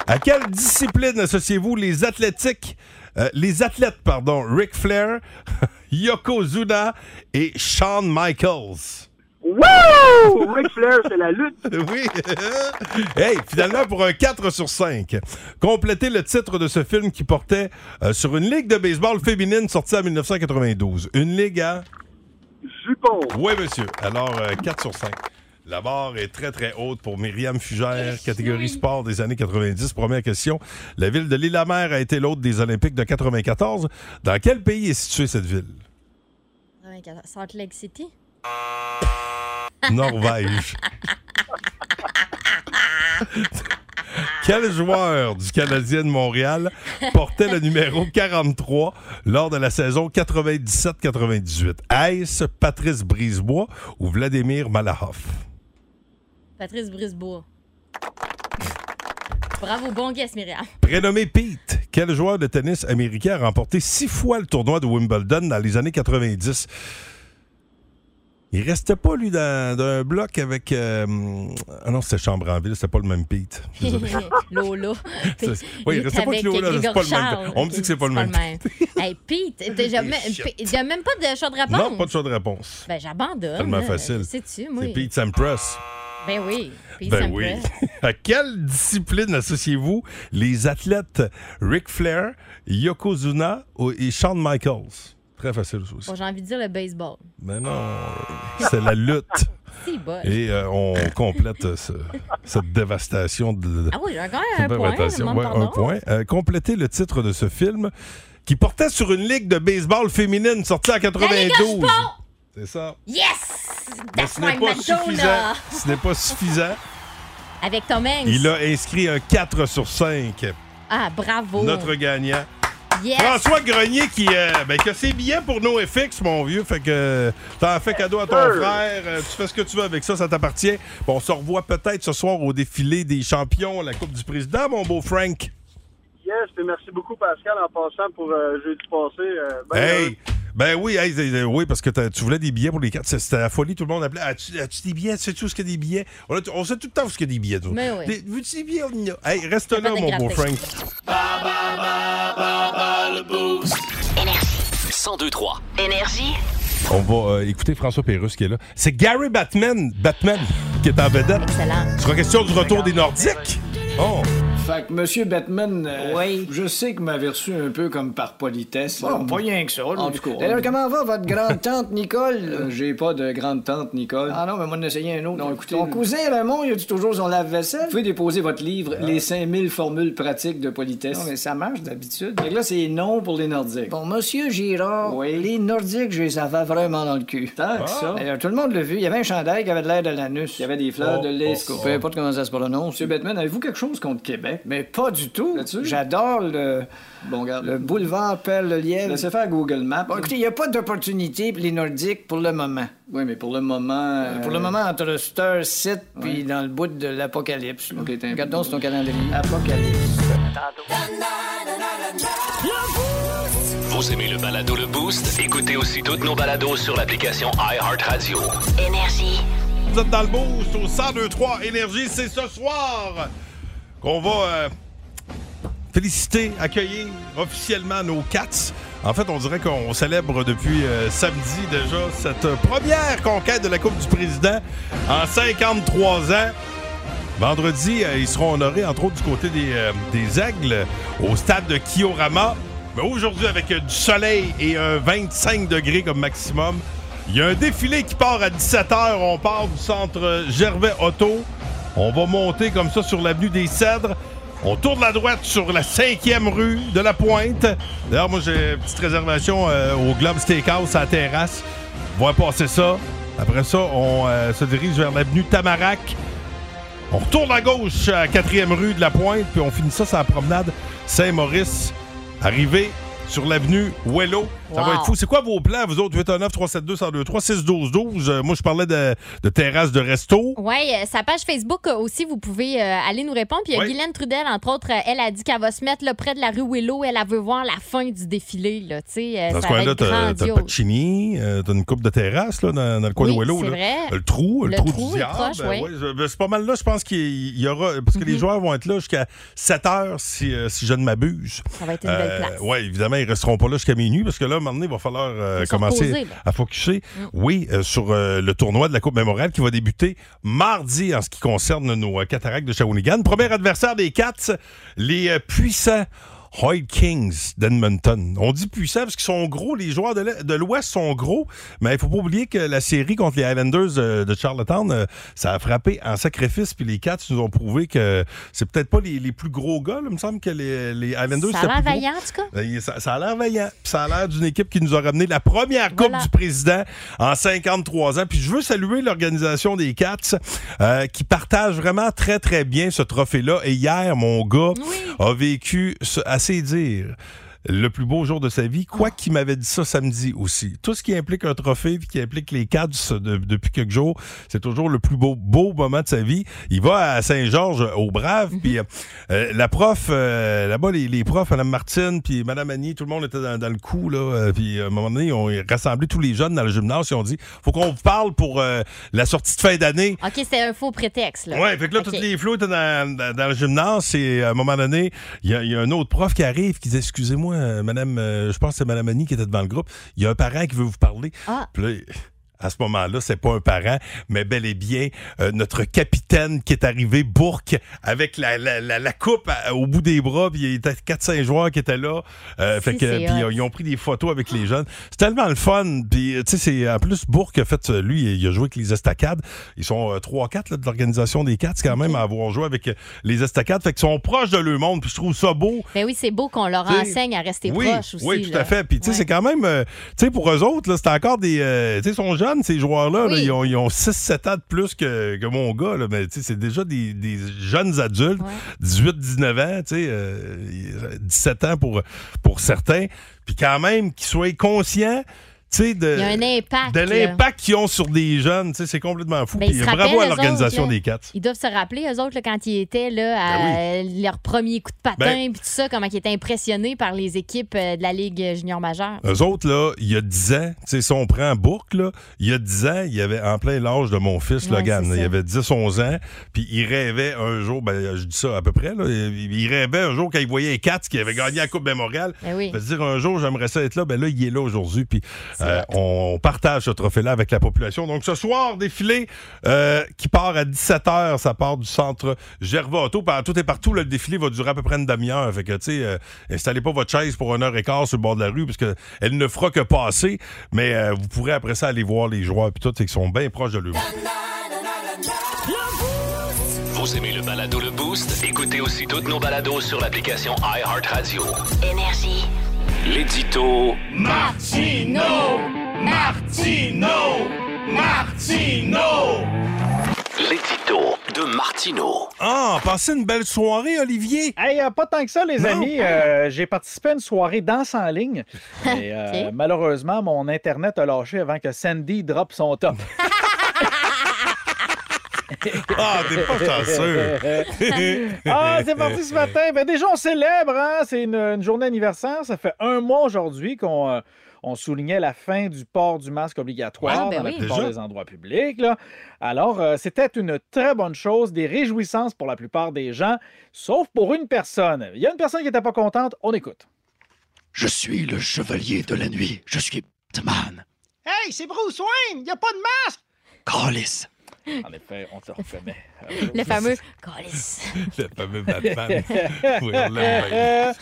[SPEAKER 3] À quelle discipline associez-vous les athlétiques, euh, les athlètes, pardon, Ric Flair, Yokozuna et Shawn Michaels?
[SPEAKER 4] Wouh! Ric Flair, c'est la lutte.
[SPEAKER 3] Oui. hey, finalement, pour un 4 sur 5, complétez le titre de ce film qui portait euh, sur une ligue de baseball féminine sortie en 1992. Une ligue à...
[SPEAKER 4] Jupon.
[SPEAKER 3] Oui, monsieur. Alors, euh, 4 sur 5. La barre est très, très haute pour Myriam Fugère, catégorie sport des années 90. Première question. La ville de l'Île-la-Mer a été l'hôte des Olympiques de 94. Dans quel pays est située cette ville?
[SPEAKER 5] euh, Salt Lake City.
[SPEAKER 3] Norvège. Quel joueur du Canadien de Montréal portait le numéro 43 lors de la saison 97-98? Est-ce Patrice Brisebois ou Vladimir Malahoff?
[SPEAKER 5] Patrice Brisebois. Bravo, bon guess, Myriam.
[SPEAKER 3] Prénommé Pete, quel joueur de tennis américain a remporté six fois le tournoi de Wimbledon dans les années 90? Il restait pas, lui, dans, dans un bloc avec. euh, ah non, c'était Chambranville, c'était pas le même Pete. Désolé.
[SPEAKER 5] Lola.
[SPEAKER 3] C'est- oui, restez pas
[SPEAKER 5] avec
[SPEAKER 3] clos, là,
[SPEAKER 5] Igor
[SPEAKER 3] c'est pas le même.
[SPEAKER 5] Charles.
[SPEAKER 3] On me dit que c'est pas le même.
[SPEAKER 5] hey, Pete, t'as jamais-
[SPEAKER 3] Shit.
[SPEAKER 5] Pete, il y a même pas de choix de réponse.
[SPEAKER 3] Non, pas de choix de réponse.
[SPEAKER 5] Ben, j'abandonne.
[SPEAKER 3] Tellement
[SPEAKER 5] là.
[SPEAKER 3] facile.
[SPEAKER 5] Sais-tu, moi?
[SPEAKER 3] C'est Pete Sampras.
[SPEAKER 5] Ben oui. Pete
[SPEAKER 3] Ben
[SPEAKER 5] Sampras.
[SPEAKER 3] oui. à quelle discipline associez-vous les athlètes Ric Flair, Yokozuna ou- et Shawn Michaels? Très facile, ça aussi.
[SPEAKER 5] Bon, j'ai envie de dire le baseball.
[SPEAKER 3] Mais non, euh, c'est la lutte.
[SPEAKER 5] C'est bon.
[SPEAKER 3] Et euh, on complète euh, ce- cette dévastation de...
[SPEAKER 5] Ah oui, j'ai encore un point.
[SPEAKER 3] dévastation.
[SPEAKER 5] demande
[SPEAKER 3] Ouais, un
[SPEAKER 5] pardon.
[SPEAKER 3] point. Euh, complétez le titre de ce film qui portait sur une ligue de baseball féminine sortie en
[SPEAKER 5] La Ligue de
[SPEAKER 3] 92.
[SPEAKER 5] sport.
[SPEAKER 3] C'est ça.
[SPEAKER 5] Yes!
[SPEAKER 3] Mais
[SPEAKER 5] That's
[SPEAKER 3] ce
[SPEAKER 5] my
[SPEAKER 3] n'est pas suffisant.
[SPEAKER 5] Madonna!
[SPEAKER 3] Ce n'est pas suffisant.
[SPEAKER 5] Avec Tom Hanks.
[SPEAKER 3] Il a inscrit un 4 sur 5.
[SPEAKER 5] Ah, bravo.
[SPEAKER 3] Notre gagnant.
[SPEAKER 5] Yes!
[SPEAKER 3] François Grenier qui euh, ben, que c'est bien pour nos FX, mon vieux. Fait que euh, t'en fais cadeau à ton
[SPEAKER 4] Sir.
[SPEAKER 3] frère. Euh, tu fais ce que tu veux avec ça, ça t'appartient. Puis on se revoit peut-être ce soir au défilé des champions, la Coupe du Président, mon beau Frank.
[SPEAKER 4] Yes, puis merci beaucoup, Pascal, en passant pour euh, jeudi passé. euh, ben, euh,
[SPEAKER 3] Hey! Ben oui, hey, c'est- c'est- oui, parce que t'as- tu voulais des billets pour les cartes. C'est- C'était la folie, tout le monde appelait. As-tu as-tu des billets? Sais-tu ce qu'il y a des billets? On, a- on sait tout le temps ce qu'il y a des billets. toi.
[SPEAKER 5] Mais oui.
[SPEAKER 3] Des- Veux-tu des billets? On y a. Hey, reste
[SPEAKER 5] pas
[SPEAKER 3] là, mon beau
[SPEAKER 5] dégrafé.
[SPEAKER 3] Frank.
[SPEAKER 2] 1023.
[SPEAKER 10] Énergie.
[SPEAKER 3] On va euh, écouter François Pérus qui est là. C'est Gary Batman, Batman, qui est en vedette.
[SPEAKER 5] Excellent.
[SPEAKER 3] Ce sera question du retour des Nordiques. Oh,
[SPEAKER 7] Fait que Monsieur Batman, euh,
[SPEAKER 6] Oui.
[SPEAKER 7] je sais que m'avait reçu un peu comme par politesse. là.
[SPEAKER 6] Bon, pas rien que ça. là.
[SPEAKER 7] En tout cas,
[SPEAKER 6] D'ailleurs,
[SPEAKER 7] on-
[SPEAKER 6] comment va votre grande-tante
[SPEAKER 7] Euh,
[SPEAKER 6] Nicole?
[SPEAKER 7] J'ai pas de grande tante, Nicole.
[SPEAKER 6] Ah non, mais moi, on essayait un autre.
[SPEAKER 7] Non, écoutez,
[SPEAKER 6] Ton
[SPEAKER 7] le-
[SPEAKER 6] cousin Raymond, il a toujours son lave-vaisselle? Ah.
[SPEAKER 7] Vous pouvez déposer votre livre Les 5000 formules pratiques de politesse.
[SPEAKER 6] Non, mais ça marche d'habitude.
[SPEAKER 7] Fait que là, c'est non pour les Nordiques.
[SPEAKER 6] Bon, Monsieur Girard,
[SPEAKER 7] Oui.
[SPEAKER 6] les Nordiques, je les avais vraiment dans le cul.
[SPEAKER 7] Tant
[SPEAKER 3] Ah.
[SPEAKER 7] que ça.
[SPEAKER 6] D'ailleurs, tout le monde l'a vu. Il y avait un chandail qui avait de l'air de l'anus.
[SPEAKER 7] Il y avait des fleurs
[SPEAKER 3] Oh,
[SPEAKER 7] de lys.
[SPEAKER 3] oh, oh.
[SPEAKER 6] Peu importe comment ça se prononce.
[SPEAKER 7] Monsieur Batman, avez-vous quelque chose contre Québec?
[SPEAKER 6] Mais pas du tout.
[SPEAKER 7] Là-dessus?
[SPEAKER 6] J'adore le,
[SPEAKER 7] Bon, regarde.
[SPEAKER 6] le boulevard Perle-Lièvre.
[SPEAKER 7] Laissez faire Google Maps.
[SPEAKER 6] Bon, écoutez, il n'y a pas d'opportunité pour les Nordiques pour le moment.
[SPEAKER 7] Oui, mais pour le moment. euh,
[SPEAKER 6] Pour le moment, entre Star City puis dans le bout de l'Apocalypse. là.
[SPEAKER 7] Ok, t'es un-
[SPEAKER 6] Regarde donc sur ton calendrier.
[SPEAKER 7] Apocalypse.
[SPEAKER 2] Vous aimez le balado Le Boost? Écoutez aussi toutes nos balados sur l'application iHeartRadio.
[SPEAKER 10] Énergie.
[SPEAKER 3] vous êtes dans le boost au 1023 Énergie. C'est ce soir qu'on va euh, féliciter, accueillir officiellement nos cats. En fait, on dirait qu'on célèbre depuis euh, samedi déjà cette première conquête de la Coupe du Président en 53 ans. Vendredi, euh, ils seront honorés, entre autres, du côté des, euh, des Aigles, au stade de Kiorama. Mais aujourd'hui, avec euh, du soleil et un 25 degrés comme maximum, il y a un défilé qui part à 17h. On part du centre euh, Gervais Auto. On va monter comme ça sur l'avenue des Cèdres. On tourne la droite sur la 5e rue de la Pointe. D'ailleurs, moi, j'ai une petite réservation euh, au Globe Steakhouse à la terrasse. On va passer ça. Après ça, on euh, se dirige vers l'avenue Tamarack. On retourne à gauche à 4e rue de la Pointe, puis on finit ça sur la promenade Saint-Maurice. Arrivé sur l'avenue Wello. Ça va
[SPEAKER 5] Wow.
[SPEAKER 3] être fou. C'est quoi vos plans, vous autres? 819 372 1023 6 12 12 Euh, Moi, je parlais de, de terrasse de resto.
[SPEAKER 5] Oui, sa page Facebook euh, aussi, vous pouvez euh, aller nous répondre. Puis il y a
[SPEAKER 3] Ouais.
[SPEAKER 5] Guylaine Trudel, entre autres, euh, elle a dit qu'elle va se mettre là, près de la rue Willow. Elle, elle veut voir la fin du défilé. Là, tu sais, euh,
[SPEAKER 3] Dans ce
[SPEAKER 5] ça va
[SPEAKER 3] coin-là,
[SPEAKER 5] être
[SPEAKER 3] t'as t'as
[SPEAKER 5] grandiose.
[SPEAKER 3] Pacini, euh, t'as une coupe de terrasse là, dans, dans le coin
[SPEAKER 5] Oui,
[SPEAKER 3] de Wello.
[SPEAKER 5] c'est
[SPEAKER 3] là. Euh,
[SPEAKER 5] vrai.
[SPEAKER 3] Le trou, le,
[SPEAKER 5] Le
[SPEAKER 3] trou,
[SPEAKER 5] trou
[SPEAKER 3] du
[SPEAKER 5] est
[SPEAKER 3] diable.
[SPEAKER 5] proche, Mm-hmm.
[SPEAKER 3] euh,
[SPEAKER 5] ouais.
[SPEAKER 3] ouais, je- ben, c'est pas mal là, je pense qu'il y aura. Parce que les joueurs vont être là jusqu'à 7 heures, si, euh, si je ne m'abuse.
[SPEAKER 5] Ça va être une belle place.
[SPEAKER 3] oui, Euh, évidemment, ils resteront pas là jusqu'à minuit parce que là, à un moment donné, il va falloir euh,
[SPEAKER 5] Faut se
[SPEAKER 3] commencer
[SPEAKER 5] reposer, là.
[SPEAKER 3] à focusser. Oui, euh, sur euh, le tournoi de la Coupe Mémoriale qui va débuter mardi en ce qui concerne nos euh, cataractes de Shawinigan. Premier adversaire des Cats, les euh, puissants. Hoy Kings d'Edmonton. On dit puissants parce qu'ils sont gros. Les joueurs de l'E- de l'Ouest sont gros, mais il faut pas oublier que la série contre les Highlanders euh, de Charlottetown, euh, ça a frappé en sacrifice. Puis les Cats nous ont prouvé que c'est peut-être pas les, les plus gros gars. là. Il me semble que les, les Highlanders
[SPEAKER 5] Ça a
[SPEAKER 3] c'était
[SPEAKER 5] l'air
[SPEAKER 3] plus gros.
[SPEAKER 5] vaillant, en tout cas.
[SPEAKER 3] Euh, Ça, ça a l'air vaillant. Puis Ça a l'air d'une équipe qui nous a ramené la première Coupe
[SPEAKER 5] Voilà.
[SPEAKER 3] du Président en 53 ans. Puis je veux saluer l'organisation des Cats euh, qui partage vraiment très, très bien ce trophée-là. Et hier, mon gars a vécu, ce- à ses dires, le plus beau jour de sa vie, quoi qu'il m'avait dit ça samedi aussi. Tout ce qui implique un trophée puis qui implique les Cats de- depuis quelques jours, c'est toujours le plus beau, beau moment de sa vie. Il va à Saint-Georges euh, au Brave, puis euh, euh, la prof, euh, là-bas, les, les profs, Mme Martine, puis Mme Annie, tout le monde était dans, dans le coup, là, euh, puis à un moment donné, ils ont rassemblé tous les jeunes dans le gymnase et ont dit, faut qu'on vous parle pour euh, la sortie de fin d'année.
[SPEAKER 5] OK, c'était un faux prétexte. Là.
[SPEAKER 3] Ouais, fait que là,
[SPEAKER 5] OK.
[SPEAKER 3] toutes les flots étaient dans, dans- dans le gymnase et à un moment donné, il y, a- il y a un autre prof qui arrive qui dit Excusez-moi, euh, madame, euh, je pense que c'est madame Annie qui était devant le groupe. Il y a un parent qui veut vous parler.
[SPEAKER 5] Ah.
[SPEAKER 3] Puis là, à ce moment-là, c'est pas un parent, mais bel et bien euh, notre capitaine qui est arrivé, Bourque, avec la, la- la- la coupe à- au bout des bras. Puis il y a 4-5 joueurs qui étaient là. Euh, fait
[SPEAKER 5] Si,
[SPEAKER 3] que,
[SPEAKER 5] c'est
[SPEAKER 3] puis,
[SPEAKER 5] hot.
[SPEAKER 3] euh, ils ont pris des photos avec les jeunes. C'est tellement le fun. Puis, euh, tu sais, c'est- en plus, Bourque a fait, euh, lui, il a joué avec les Estacades. Ils sont euh, 3-4 là, de l'organisation des Cats, quand même, à avoir joué avec euh, les Estacades. Fait qu'ils sont proches de leur monde. Puis, je trouve ça beau.
[SPEAKER 5] Ben oui, c'est beau qu'on leur
[SPEAKER 3] T'sais,
[SPEAKER 5] enseigne à rester
[SPEAKER 3] oui,
[SPEAKER 5] proche aussi.
[SPEAKER 3] oui, tout
[SPEAKER 5] là.
[SPEAKER 3] à fait. Puis, tu sais,
[SPEAKER 5] Ouais.
[SPEAKER 3] c'est quand même. euh, tu sais, pour eux autres, là, c'est encore des. euh, tu sais, ils sont jeunes, ces joueurs-là. là.
[SPEAKER 5] Oui.
[SPEAKER 3] ils ont, ils ont 6-7 ans de plus que, que mon gars. Là, mais, tu sais, c'est déjà des, des jeunes adultes,
[SPEAKER 5] Ouais.
[SPEAKER 3] 18-19 ans, tu sais, euh, 17 ans pour, pour certains. Puis, quand même, qu'ils soient conscients, tu sais, de.
[SPEAKER 5] Il y a un impact.
[SPEAKER 3] de
[SPEAKER 5] là.
[SPEAKER 3] l'impact qu'ils ont sur des jeunes, tu sais, c'est complètement fou.
[SPEAKER 5] Ben,
[SPEAKER 3] Puis,
[SPEAKER 5] ils se
[SPEAKER 3] bravo
[SPEAKER 5] rappellent,
[SPEAKER 3] à
[SPEAKER 5] eux
[SPEAKER 3] l'organisation
[SPEAKER 5] autres, là.
[SPEAKER 3] des Cats.
[SPEAKER 5] Ils doivent se rappeler, eux autres, là, quand ils étaient là, à euh, leur premier coup de patin,
[SPEAKER 3] Ben-
[SPEAKER 5] puis tout ça, comment ils étaient impressionnés par les équipes euh, de la Ligue junior majeure.
[SPEAKER 3] Eux autres, là, il y a 10 ans, tu sais, si on prend Bourque, là, il y a 10 ans, il y avait en plein l'âge de mon fils,
[SPEAKER 5] Ouais,
[SPEAKER 3] Logan.
[SPEAKER 5] c'est
[SPEAKER 3] là, Il
[SPEAKER 5] ça.
[SPEAKER 3] avait 10-11 ans, puis il rêvait un jour, ben, je dis ça à peu près, là, il il rêvait un jour quand il voyait les Cats qui avaient gagné la Coupe Mémorial.
[SPEAKER 5] Ben oui.
[SPEAKER 3] Il peut se dire un jour, j'aimerais ça être là. Ben là, il est là aujourd'hui, puis euh, on partage ce trophée-là avec la population. Donc ce soir, défilé euh, qui part à 17h, ça part du centre Gervais Auto. Par- Tout et partout, là, le défilé va durer à peu près une demi-heure. Fait que, tu sais, euh, installez pas votre chaise pour une heure et quart sur le bord de la rue, parce que elle ne fera que passer. Mais euh, vous pourrez après ça aller voir les joueurs, puis tout, c'est qu'ils sont bien proches de lui.
[SPEAKER 2] Vous aimez le balado Le Boost? Écoutez aussi toutes nos balados sur l'application iHeartRadio.
[SPEAKER 10] Énergie.
[SPEAKER 2] L'édito Martino! Martino! Martino! Martino! L'édito de Martino.
[SPEAKER 3] Ah, passez une belle soirée, Olivier!
[SPEAKER 9] Hey, euh, pas tant que ça, les
[SPEAKER 3] Non.
[SPEAKER 9] amis. Euh, J'ai participé à une soirée danse en ligne. Et, euh,
[SPEAKER 5] Ok.
[SPEAKER 9] Malheureusement, mon Internet a lâché avant que Sandy drop son top.
[SPEAKER 3] Ah, t'es pas chanceux!
[SPEAKER 9] ah, c'est parti ce matin. Ben, déjà, on célèbre. hein. C'est une, une journée anniversaire. Ça fait un mois aujourd'hui qu'on euh, on soulignait la fin du port du masque obligatoire
[SPEAKER 5] Ah, ben
[SPEAKER 9] dans la
[SPEAKER 5] oui.
[SPEAKER 9] plupart
[SPEAKER 3] Déjà?
[SPEAKER 9] des endroits publics. là. Alors, euh, c'était une très bonne chose, des réjouissances pour la plupart des gens, sauf pour une personne. Il y a une personne qui n'était pas contente. On écoute.
[SPEAKER 11] Je suis le chevalier de la nuit. Je suis Batman.
[SPEAKER 9] Hey, c'est Bruce Wayne, y a pas de masque!
[SPEAKER 11] Carlis.
[SPEAKER 9] En effet, on te reconnaît.
[SPEAKER 5] Le fameux Colis.
[SPEAKER 3] Le fameux Batman. Oui, on l'aime bien.
[SPEAKER 9] Euh,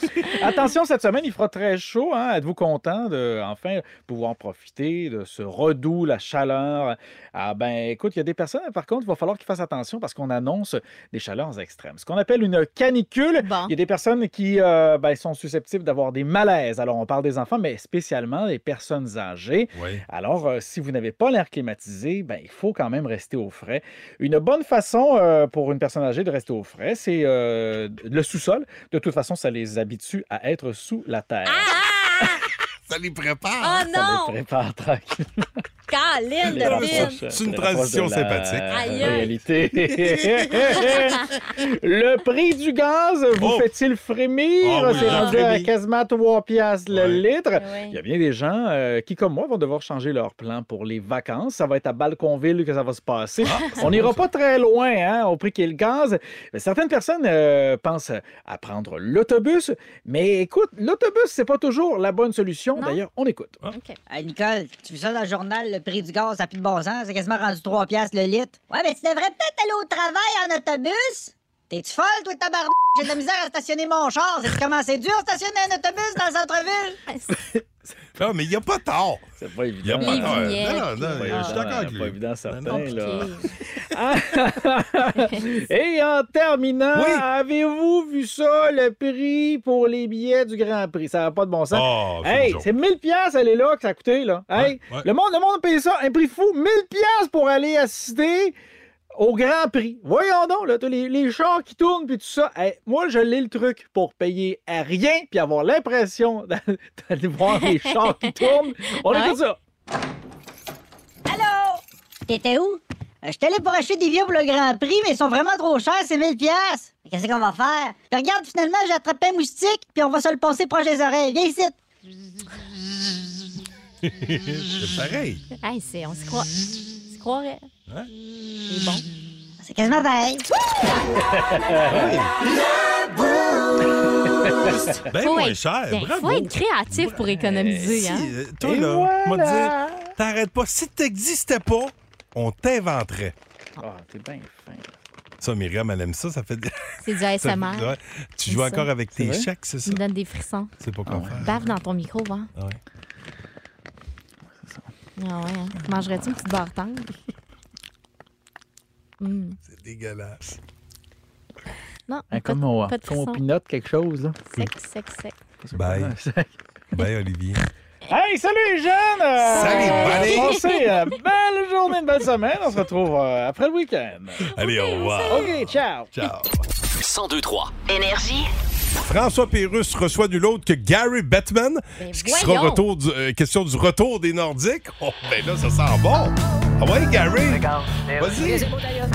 [SPEAKER 9] Attention, cette semaine, il fera très chaud. hein. Êtes-vous content de enfin pouvoir profiter de ce redout, la chaleur? Ah ben écoute, il y a des personnes, par contre, il va falloir qu'ils fassent attention parce qu'on annonce des chaleurs extrêmes. Ce qu'on appelle une canicule.
[SPEAKER 5] Bon.
[SPEAKER 9] Il y a des personnes qui euh, ben, sont susceptibles d'avoir des malaises. Alors, on parle des enfants, mais spécialement des personnes âgées.
[SPEAKER 3] Oui.
[SPEAKER 9] Alors, euh, si vous n'avez pas l'air climatisé, ben, il faut quand même rester au frais. Une bonne façon euh, pour une personne âgée de rester au frais, c'est euh, le sous-sol. De toute façon, ça les habitue à être sous la terre.
[SPEAKER 3] Ça les prépare.
[SPEAKER 5] Oh
[SPEAKER 9] Ça les
[SPEAKER 5] Ah, non!
[SPEAKER 9] prépare tranquille.
[SPEAKER 5] Caline
[SPEAKER 9] Très
[SPEAKER 5] de
[SPEAKER 9] proche,
[SPEAKER 5] pine!
[SPEAKER 9] euh,
[SPEAKER 3] C'est une
[SPEAKER 9] très proche
[SPEAKER 3] transition
[SPEAKER 9] de la
[SPEAKER 3] sympathique.
[SPEAKER 5] Aïe, aïe.
[SPEAKER 9] Réalité. le prix du gaz vous
[SPEAKER 3] Oh.
[SPEAKER 9] fait-il frémir?
[SPEAKER 3] Ah oui,
[SPEAKER 9] C'est
[SPEAKER 3] j'en
[SPEAKER 9] rendu à
[SPEAKER 3] frémis.
[SPEAKER 9] quasiment 3 piastres le
[SPEAKER 3] Ouais.
[SPEAKER 9] litre.
[SPEAKER 5] Ah Ouais.
[SPEAKER 9] Il y a bien des gens euh, qui, comme moi, vont devoir changer leur plan pour les vacances. Ça va être à Balconville que ça va se passer. On n'ira pas très loin hein, au prix qu'est le gaz. Mais certaines personnes euh, pensent à prendre l'autobus. Mais écoute, l'autobus, c'est pas toujours la bonne solution.
[SPEAKER 5] Non.
[SPEAKER 9] D'ailleurs, on écoute.
[SPEAKER 10] Hey, Nicole, tu vis ça dans le journal, le prix du gaz, ça plus de bon sens, c'est quasiment rendu 3 piastres le litre. Ouais, mais tu devrais peut-être aller au travail en autobus. T'es-tu folle, toi, tabarnak? J'ai de la misère à stationner mon char. C'est comment c'est dur stationner un autobus dans le centre-ville?
[SPEAKER 5] Ah,
[SPEAKER 3] Non, mais il n'y a pas tort.
[SPEAKER 9] C'est pas
[SPEAKER 3] Il n'y a
[SPEAKER 9] évident.
[SPEAKER 3] pas
[SPEAKER 5] Les
[SPEAKER 3] tort.
[SPEAKER 5] vignettes,
[SPEAKER 3] Non, non,
[SPEAKER 5] puis,
[SPEAKER 3] non, je suis
[SPEAKER 5] ah.
[SPEAKER 3] d'accord avec
[SPEAKER 9] Pas
[SPEAKER 3] lui.
[SPEAKER 9] évident, certain,
[SPEAKER 3] non,
[SPEAKER 9] Ben là.
[SPEAKER 5] Compliqué.
[SPEAKER 9] Et en terminant,
[SPEAKER 3] Oui.
[SPEAKER 9] avez-vous vu ça, le prix pour les billets du Grand Prix? Ça n'a pas de bon sens.
[SPEAKER 3] Oh, c'est une
[SPEAKER 9] hey,
[SPEAKER 3] joke.
[SPEAKER 9] c'est 1000 pièces elle est là que ça a coûté là. Hey,
[SPEAKER 3] ouais.
[SPEAKER 9] le monde le monde a payé ça un prix fou, 1000 pièces pour aller assister au Grand Prix. Voyons donc là, t'as les, les chars qui tournent puis tout ça. Hey, moi je l'ai le truc pour payer à rien puis avoir l'impression d'a- d'aller voir les chars qui tournent. On
[SPEAKER 5] Ouais.
[SPEAKER 9] écoute ça.
[SPEAKER 10] Allô? T'étais où? Je suis allé Euh, pour acheter des billets pour le Grand Prix, mais ils sont vraiment trop chers, c'est 1000 piastres. Mais Qu'est-ce qu'on va faire? Puis regarde, finalement, j'ai attrapé un moustique, puis on va se le passer proche des oreilles. Viens ici.
[SPEAKER 3] C'est pareil.
[SPEAKER 5] Hey, c'est, on se croit. On se croirait.
[SPEAKER 3] Hein?
[SPEAKER 5] C'est bon.
[SPEAKER 10] C'est quasiment pareil.
[SPEAKER 3] Ben
[SPEAKER 5] Faut
[SPEAKER 3] moins
[SPEAKER 5] être-
[SPEAKER 3] cher.
[SPEAKER 5] Bien,
[SPEAKER 3] Bravo.
[SPEAKER 5] faut être créatif pour économiser,
[SPEAKER 3] Si,
[SPEAKER 5] hein?
[SPEAKER 3] euh, toi,
[SPEAKER 9] Et
[SPEAKER 3] là, moi,
[SPEAKER 9] voilà.
[SPEAKER 3] dire, t'arrêtes pas. Si t'existais pas, on t'inventerait.
[SPEAKER 9] Ah, t'es bien fin.
[SPEAKER 3] Ça, Myriam, elle aime ça. Ça fait.
[SPEAKER 5] C'est du
[SPEAKER 3] ça fait-
[SPEAKER 5] ASMR.
[SPEAKER 3] ouais. Tu
[SPEAKER 5] C'est
[SPEAKER 3] joues
[SPEAKER 5] ça.
[SPEAKER 3] encore avec tes
[SPEAKER 9] vrai? Ah
[SPEAKER 3] chèques, c'est ça?
[SPEAKER 5] Tu me donnes des frissons.
[SPEAKER 3] C'est pas quoi faire.
[SPEAKER 9] Bah.
[SPEAKER 5] Bave dans ton micro, va.
[SPEAKER 3] Ah ouais.
[SPEAKER 5] Ah ouais, hein? Mangerais-tu une petite barre tendre? Hmm.
[SPEAKER 3] C'est dégueulasse.
[SPEAKER 5] Non,
[SPEAKER 9] Hein,
[SPEAKER 5] pas,
[SPEAKER 9] comme on,
[SPEAKER 5] pas de
[SPEAKER 9] comme on
[SPEAKER 5] frisson.
[SPEAKER 9] pinote quelque chose là.
[SPEAKER 5] Sec, sec, sec.
[SPEAKER 3] Bye. Bye, Olivier.
[SPEAKER 9] Hey, salut les jeunes! Euh,
[SPEAKER 3] Salut, buddy!
[SPEAKER 9] Passez une euh, belle journée, une belle semaine. On se retrouve euh, après le week-end.
[SPEAKER 3] Allez, au revoir.
[SPEAKER 9] OK, ciao!
[SPEAKER 3] Ciao.
[SPEAKER 2] 1023.
[SPEAKER 12] Énergie.
[SPEAKER 3] François Pérus reçoit nul autre que Gary Bettman.
[SPEAKER 5] Ben
[SPEAKER 3] Ce qui sera
[SPEAKER 5] voyons.
[SPEAKER 3] retour du- euh, question du retour des Nordiques. Oh, ben là, ça sent bon. Ah ouais, Gary. Vas-y. Attends, là.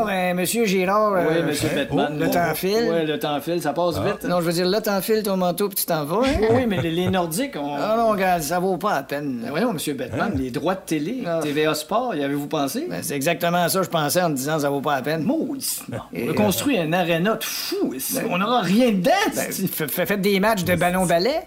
[SPEAKER 6] Bon, ben, monsieur Girard.
[SPEAKER 7] Oui,
[SPEAKER 6] euh,
[SPEAKER 7] M. Bettman.
[SPEAKER 6] le temps file.
[SPEAKER 7] Oui, le temps file, ça passe vite.
[SPEAKER 6] Non, je veux dire, là, t'enfiles ton manteau puis tu t'en vas, hein?
[SPEAKER 7] Oui, mais les- les Nordiques ont.
[SPEAKER 6] Ah non, regarde, ça vaut pas la peine.
[SPEAKER 7] Ben voyons, M. Bettman, les droits de télé,
[SPEAKER 6] Ah.
[SPEAKER 7] TVA Sport, y avez-vous pensé?
[SPEAKER 6] Ben, c'est exactement ça que je pensais en te disant ça vaut pas la peine.
[SPEAKER 7] Maudit, non.
[SPEAKER 6] Et, euh,
[SPEAKER 7] On a construit un aréna de fou. ici. On n'aura rien dedans.
[SPEAKER 6] Ben,
[SPEAKER 7] c'est-
[SPEAKER 6] f- f- faites des matchs de ballon-ballet?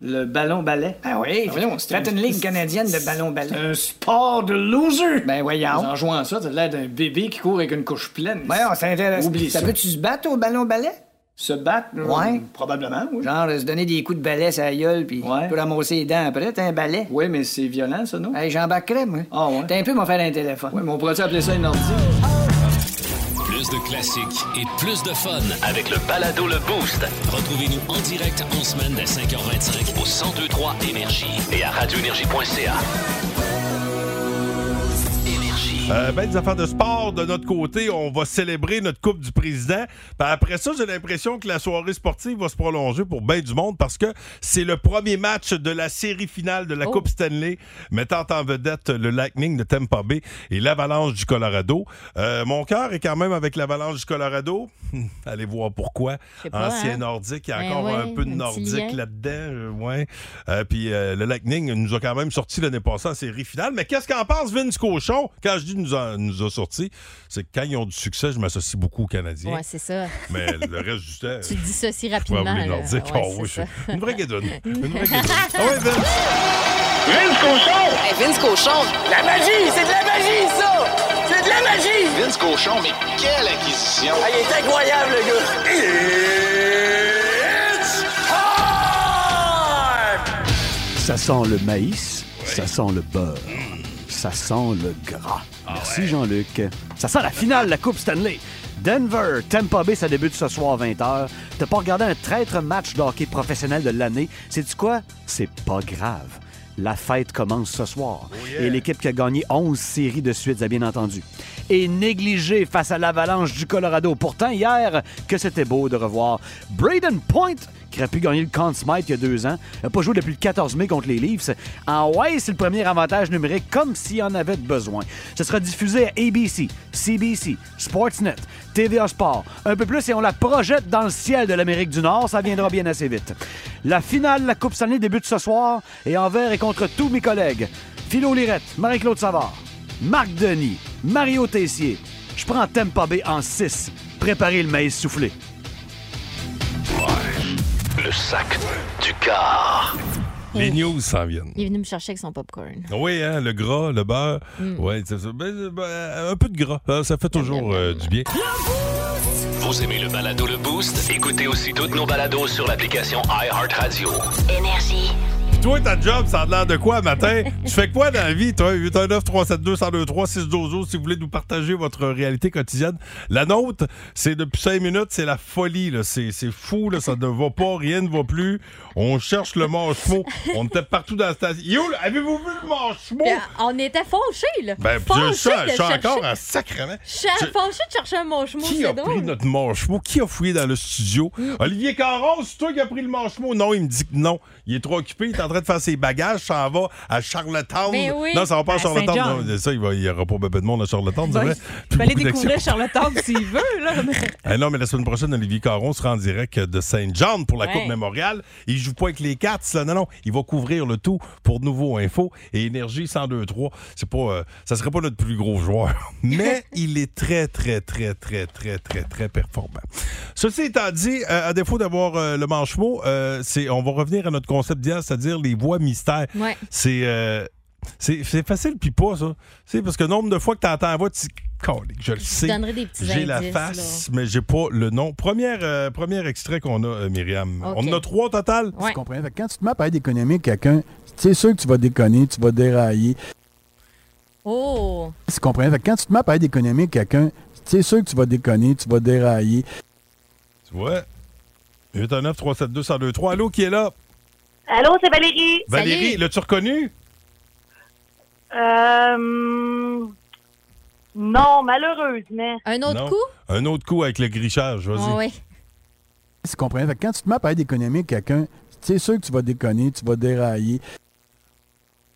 [SPEAKER 7] Le ballon-ballet.
[SPEAKER 6] Ah oui,
[SPEAKER 7] Ah voyons, c'est
[SPEAKER 6] faites
[SPEAKER 7] un-
[SPEAKER 6] une ligue canadienne de
[SPEAKER 7] C'est
[SPEAKER 6] ballon-ballet.
[SPEAKER 7] un sport de loser.
[SPEAKER 6] Ben voyons.
[SPEAKER 7] En jouant à ça, t'as l'air d'un bébé qui court avec une couche pleine.
[SPEAKER 6] Voyons, c'est intéressant.
[SPEAKER 7] Oublie
[SPEAKER 6] ça.
[SPEAKER 7] ça.
[SPEAKER 6] peut-tu se battre au ballon-ballet?
[SPEAKER 7] Se battre, euh,
[SPEAKER 6] Ouais.
[SPEAKER 7] probablement, oui.
[SPEAKER 6] Genre, euh, se donner des coups de balai sur la gueule, puis
[SPEAKER 7] Ouais.
[SPEAKER 6] tu peux ramasser les dents après, t'as un balai.
[SPEAKER 7] Oui, mais c'est violent, ça, non?
[SPEAKER 6] Hey, j'embarquerais, moi.
[SPEAKER 7] Ah ouais?
[SPEAKER 6] T'as un peu m'en faire un téléphone.
[SPEAKER 7] Oui, mais on pourrait appeler ça une ordi?
[SPEAKER 2] Plus de classiques et plus de fun.
[SPEAKER 1] Avec le balado Le Boost.
[SPEAKER 2] Retrouvez-nous en direct en semaine dès 5h25 au 1023 Énergie et à radioénergie.ca. Énergie.
[SPEAKER 3] Euh, ben, des affaires de sport de notre côté, on va célébrer notre Coupe du Président. Ben, après ça, j'ai l'impression que la soirée sportive va se prolonger pour bien du monde parce que c'est le premier match de la série finale de la
[SPEAKER 5] Oh.
[SPEAKER 3] Coupe Stanley, mettant en vedette le Lightning de Tampa Bay et l'Avalanche du Colorado. Euh, mon cœur est quand même avec l'Avalanche du Colorado. Hum, Allez voir pourquoi.
[SPEAKER 5] Je sais pas,
[SPEAKER 3] Ancien
[SPEAKER 5] hein.
[SPEAKER 3] nordique, il y a
[SPEAKER 5] Ben
[SPEAKER 3] encore
[SPEAKER 5] ouais,
[SPEAKER 3] un peu de
[SPEAKER 5] un petit
[SPEAKER 3] nordique
[SPEAKER 5] lien.
[SPEAKER 3] là-dedans. euh, ouais. Euh, puis euh, le Lightning nous a quand même sorti l'année passée en série finale. Mais qu'est-ce qu'en pense Vince Cochon? Quand je dis nous a, nous a sorti, c'est que quand ils ont du succès, je m'associe beaucoup aux Canadiens.
[SPEAKER 5] Ouais, c'est ça.
[SPEAKER 3] Mais le reste du temps.
[SPEAKER 5] Tu te dis ça si
[SPEAKER 3] Ouais,
[SPEAKER 5] rapidement.
[SPEAKER 3] oui, les
[SPEAKER 5] là.
[SPEAKER 3] Nordiques.
[SPEAKER 5] Ouais,
[SPEAKER 3] oh, oui,
[SPEAKER 5] c'est ça.
[SPEAKER 3] c'est une vraie guédonne. Une vraie guédonne. Ah ouais, Vince,
[SPEAKER 12] Hey, Vince Cochon.
[SPEAKER 6] La magie! C'est de la magie, ça! C'est de la magie!
[SPEAKER 2] cochon, mais quelle acquisition!
[SPEAKER 12] Ah, il est incroyable, le gars! It's
[SPEAKER 13] Ça sent le maïs, ça sent le beurre, ça sent le gras. Merci Jean-Luc. Ça sent la finale de la Coupe Stanley. Denver, Tampa Bay, ça débute ce soir à 20h. T'as pas regardé un traître match de hockey professionnel de l'année. C'est-tu quoi? C'est pas grave. La fête commence ce soir.
[SPEAKER 14] yeah.
[SPEAKER 13] Et l'équipe qui a gagné 11 séries de suite, a bien entendu. Et négligée face à l'avalanche du Colorado. Pourtant, hier, que c'était beau de revoir Braden Point, qui aurait pu gagner le Conn Smythe il y a deux ans, n'a pas joué depuis le 14 mai contre les Leafs. En ouais, c'est le premier avantage numérique, comme s'il y en avait besoin. Ce sera diffusé à ABC, CBC, Sportsnet, TVA Sport. Un peu plus et on la projette dans le ciel de l'Amérique du Nord. Ça viendra bien assez vite. La finale de la Coupe Stanley débute ce soir et envers et contre tous mes collègues. Philo Lirette, Marie-Claude Savard, Marc Denis, Mario Tessier. Je prends Tempa B en 6. Préparez le maïs soufflé.
[SPEAKER 2] Le sac du car.
[SPEAKER 3] Les news s'en viennent.
[SPEAKER 5] Il est venu me chercher avec son popcorn.
[SPEAKER 3] Oui, hein, le gras, le beurre.
[SPEAKER 5] Mm.
[SPEAKER 3] Ouais, c'est ça. Ben, ben, un peu de gras, euh, ça fait toujours euh, du bien.
[SPEAKER 2] Vous aimez le balado Le Boost? Écoutez aussi toutes nos balados sur l'application iHeartRadio.
[SPEAKER 15] Énergie.
[SPEAKER 3] Puis toi, ta job, ça a l'air de quoi matin? tu fais quoi dans la vie, toi? 819 372 1023 612 si vous voulez nous partager votre réalité quotidienne. La nôtre, c'est depuis 5 minutes, c'est la folie. là. C'est c'est fou, là. ça ne va pas, rien ne va plus. On cherche le marshmallow. On était partout dans la station. Yo, là, avez-vous vu le marshmallow?
[SPEAKER 5] Puis, euh, on était fâchés, là.
[SPEAKER 3] Ben, je, je-
[SPEAKER 5] Fâchés de
[SPEAKER 3] je suis
[SPEAKER 5] chercher-
[SPEAKER 3] encore en sacrement.
[SPEAKER 5] Cha-
[SPEAKER 3] Je-
[SPEAKER 5] Fâchés de chercher un manchemot,
[SPEAKER 3] Qui a
[SPEAKER 5] c'est
[SPEAKER 3] pris
[SPEAKER 5] drôle.
[SPEAKER 3] notre marshmallow? Qui a fouillé dans le studio? Olivier Caron, c'est toi qui as pris le marshmallow? Non, il me dit que non. Il est trop occupé, il est en train de faire ses bagages, ça va à Charlottetown.
[SPEAKER 8] Ben oui,
[SPEAKER 3] Non, ça va pas à
[SPEAKER 8] à
[SPEAKER 3] Charlottetown.
[SPEAKER 8] Saint-John.
[SPEAKER 3] Non, ça, il va- il y aura pas bébé de monde à Charlottetown, c'est
[SPEAKER 8] Ben,
[SPEAKER 3] vrai.
[SPEAKER 8] il peut aller
[SPEAKER 3] Beaucoup d'action.
[SPEAKER 8] découvrir Charlottetown s'il veut, là. mais-
[SPEAKER 3] Eh non, mais la semaine prochaine, Olivier Caron sera en direct de Saint-Jean pour la
[SPEAKER 8] Ouais.
[SPEAKER 3] Coupe Mémoriale. Il joue pas avec les Cats, là. Non, non. Il va couvrir le tout pour Nouveau Info et Énergie 102.3. C'est pas, euh, ça serait pas notre plus gros joueur, mais il est très, très, très, très, très, très, très performant. Ceci étant dit, euh, à défaut d'avoir euh, le manchemot, euh, c'est, on va revenir à notre concept d'hier, c'est-à-dire les voix mystères.
[SPEAKER 5] Ouais.
[SPEAKER 3] C'est, euh, c'est, c'est facile puis pas, ça. C'est parce que nombre de fois que t'entends la voix, tu dis, Calique, je le sais.
[SPEAKER 5] donnerai des petits
[SPEAKER 3] J'ai la
[SPEAKER 5] indices,
[SPEAKER 3] face, mais j'ai pas le nom. Premier, euh, premier extrait qu'on a, euh, Myriam.
[SPEAKER 5] Ok.
[SPEAKER 3] On en a trois au total.
[SPEAKER 5] Ouais.
[SPEAKER 16] Tu comprends? Fait que quand tu te mets à parler d'économie avec quelqu'un, c'est sûr que tu vas déconner, tu vas dérailler.
[SPEAKER 5] Oh!
[SPEAKER 16] Tu comprends? Fait que quand tu te mets à parler d'économie avec quelqu'un, c'est sûr que tu vas déconner, tu vas dérailler.
[SPEAKER 3] Tu vois? 819 372 1023 Allô, qui est là?
[SPEAKER 17] Allô, c'est Valérie.
[SPEAKER 3] Valérie, l'as-tu reconnu?
[SPEAKER 17] Euh, non, malheureusement.
[SPEAKER 5] Un
[SPEAKER 3] Non. Un autre coup avec le grichage,
[SPEAKER 5] Ah
[SPEAKER 3] vas-y.
[SPEAKER 16] Tu comprends? Fait que quand tu te mets à parler d'économie avec quelqu'un, c'est sûr que tu vas déconner, tu vas dérailler.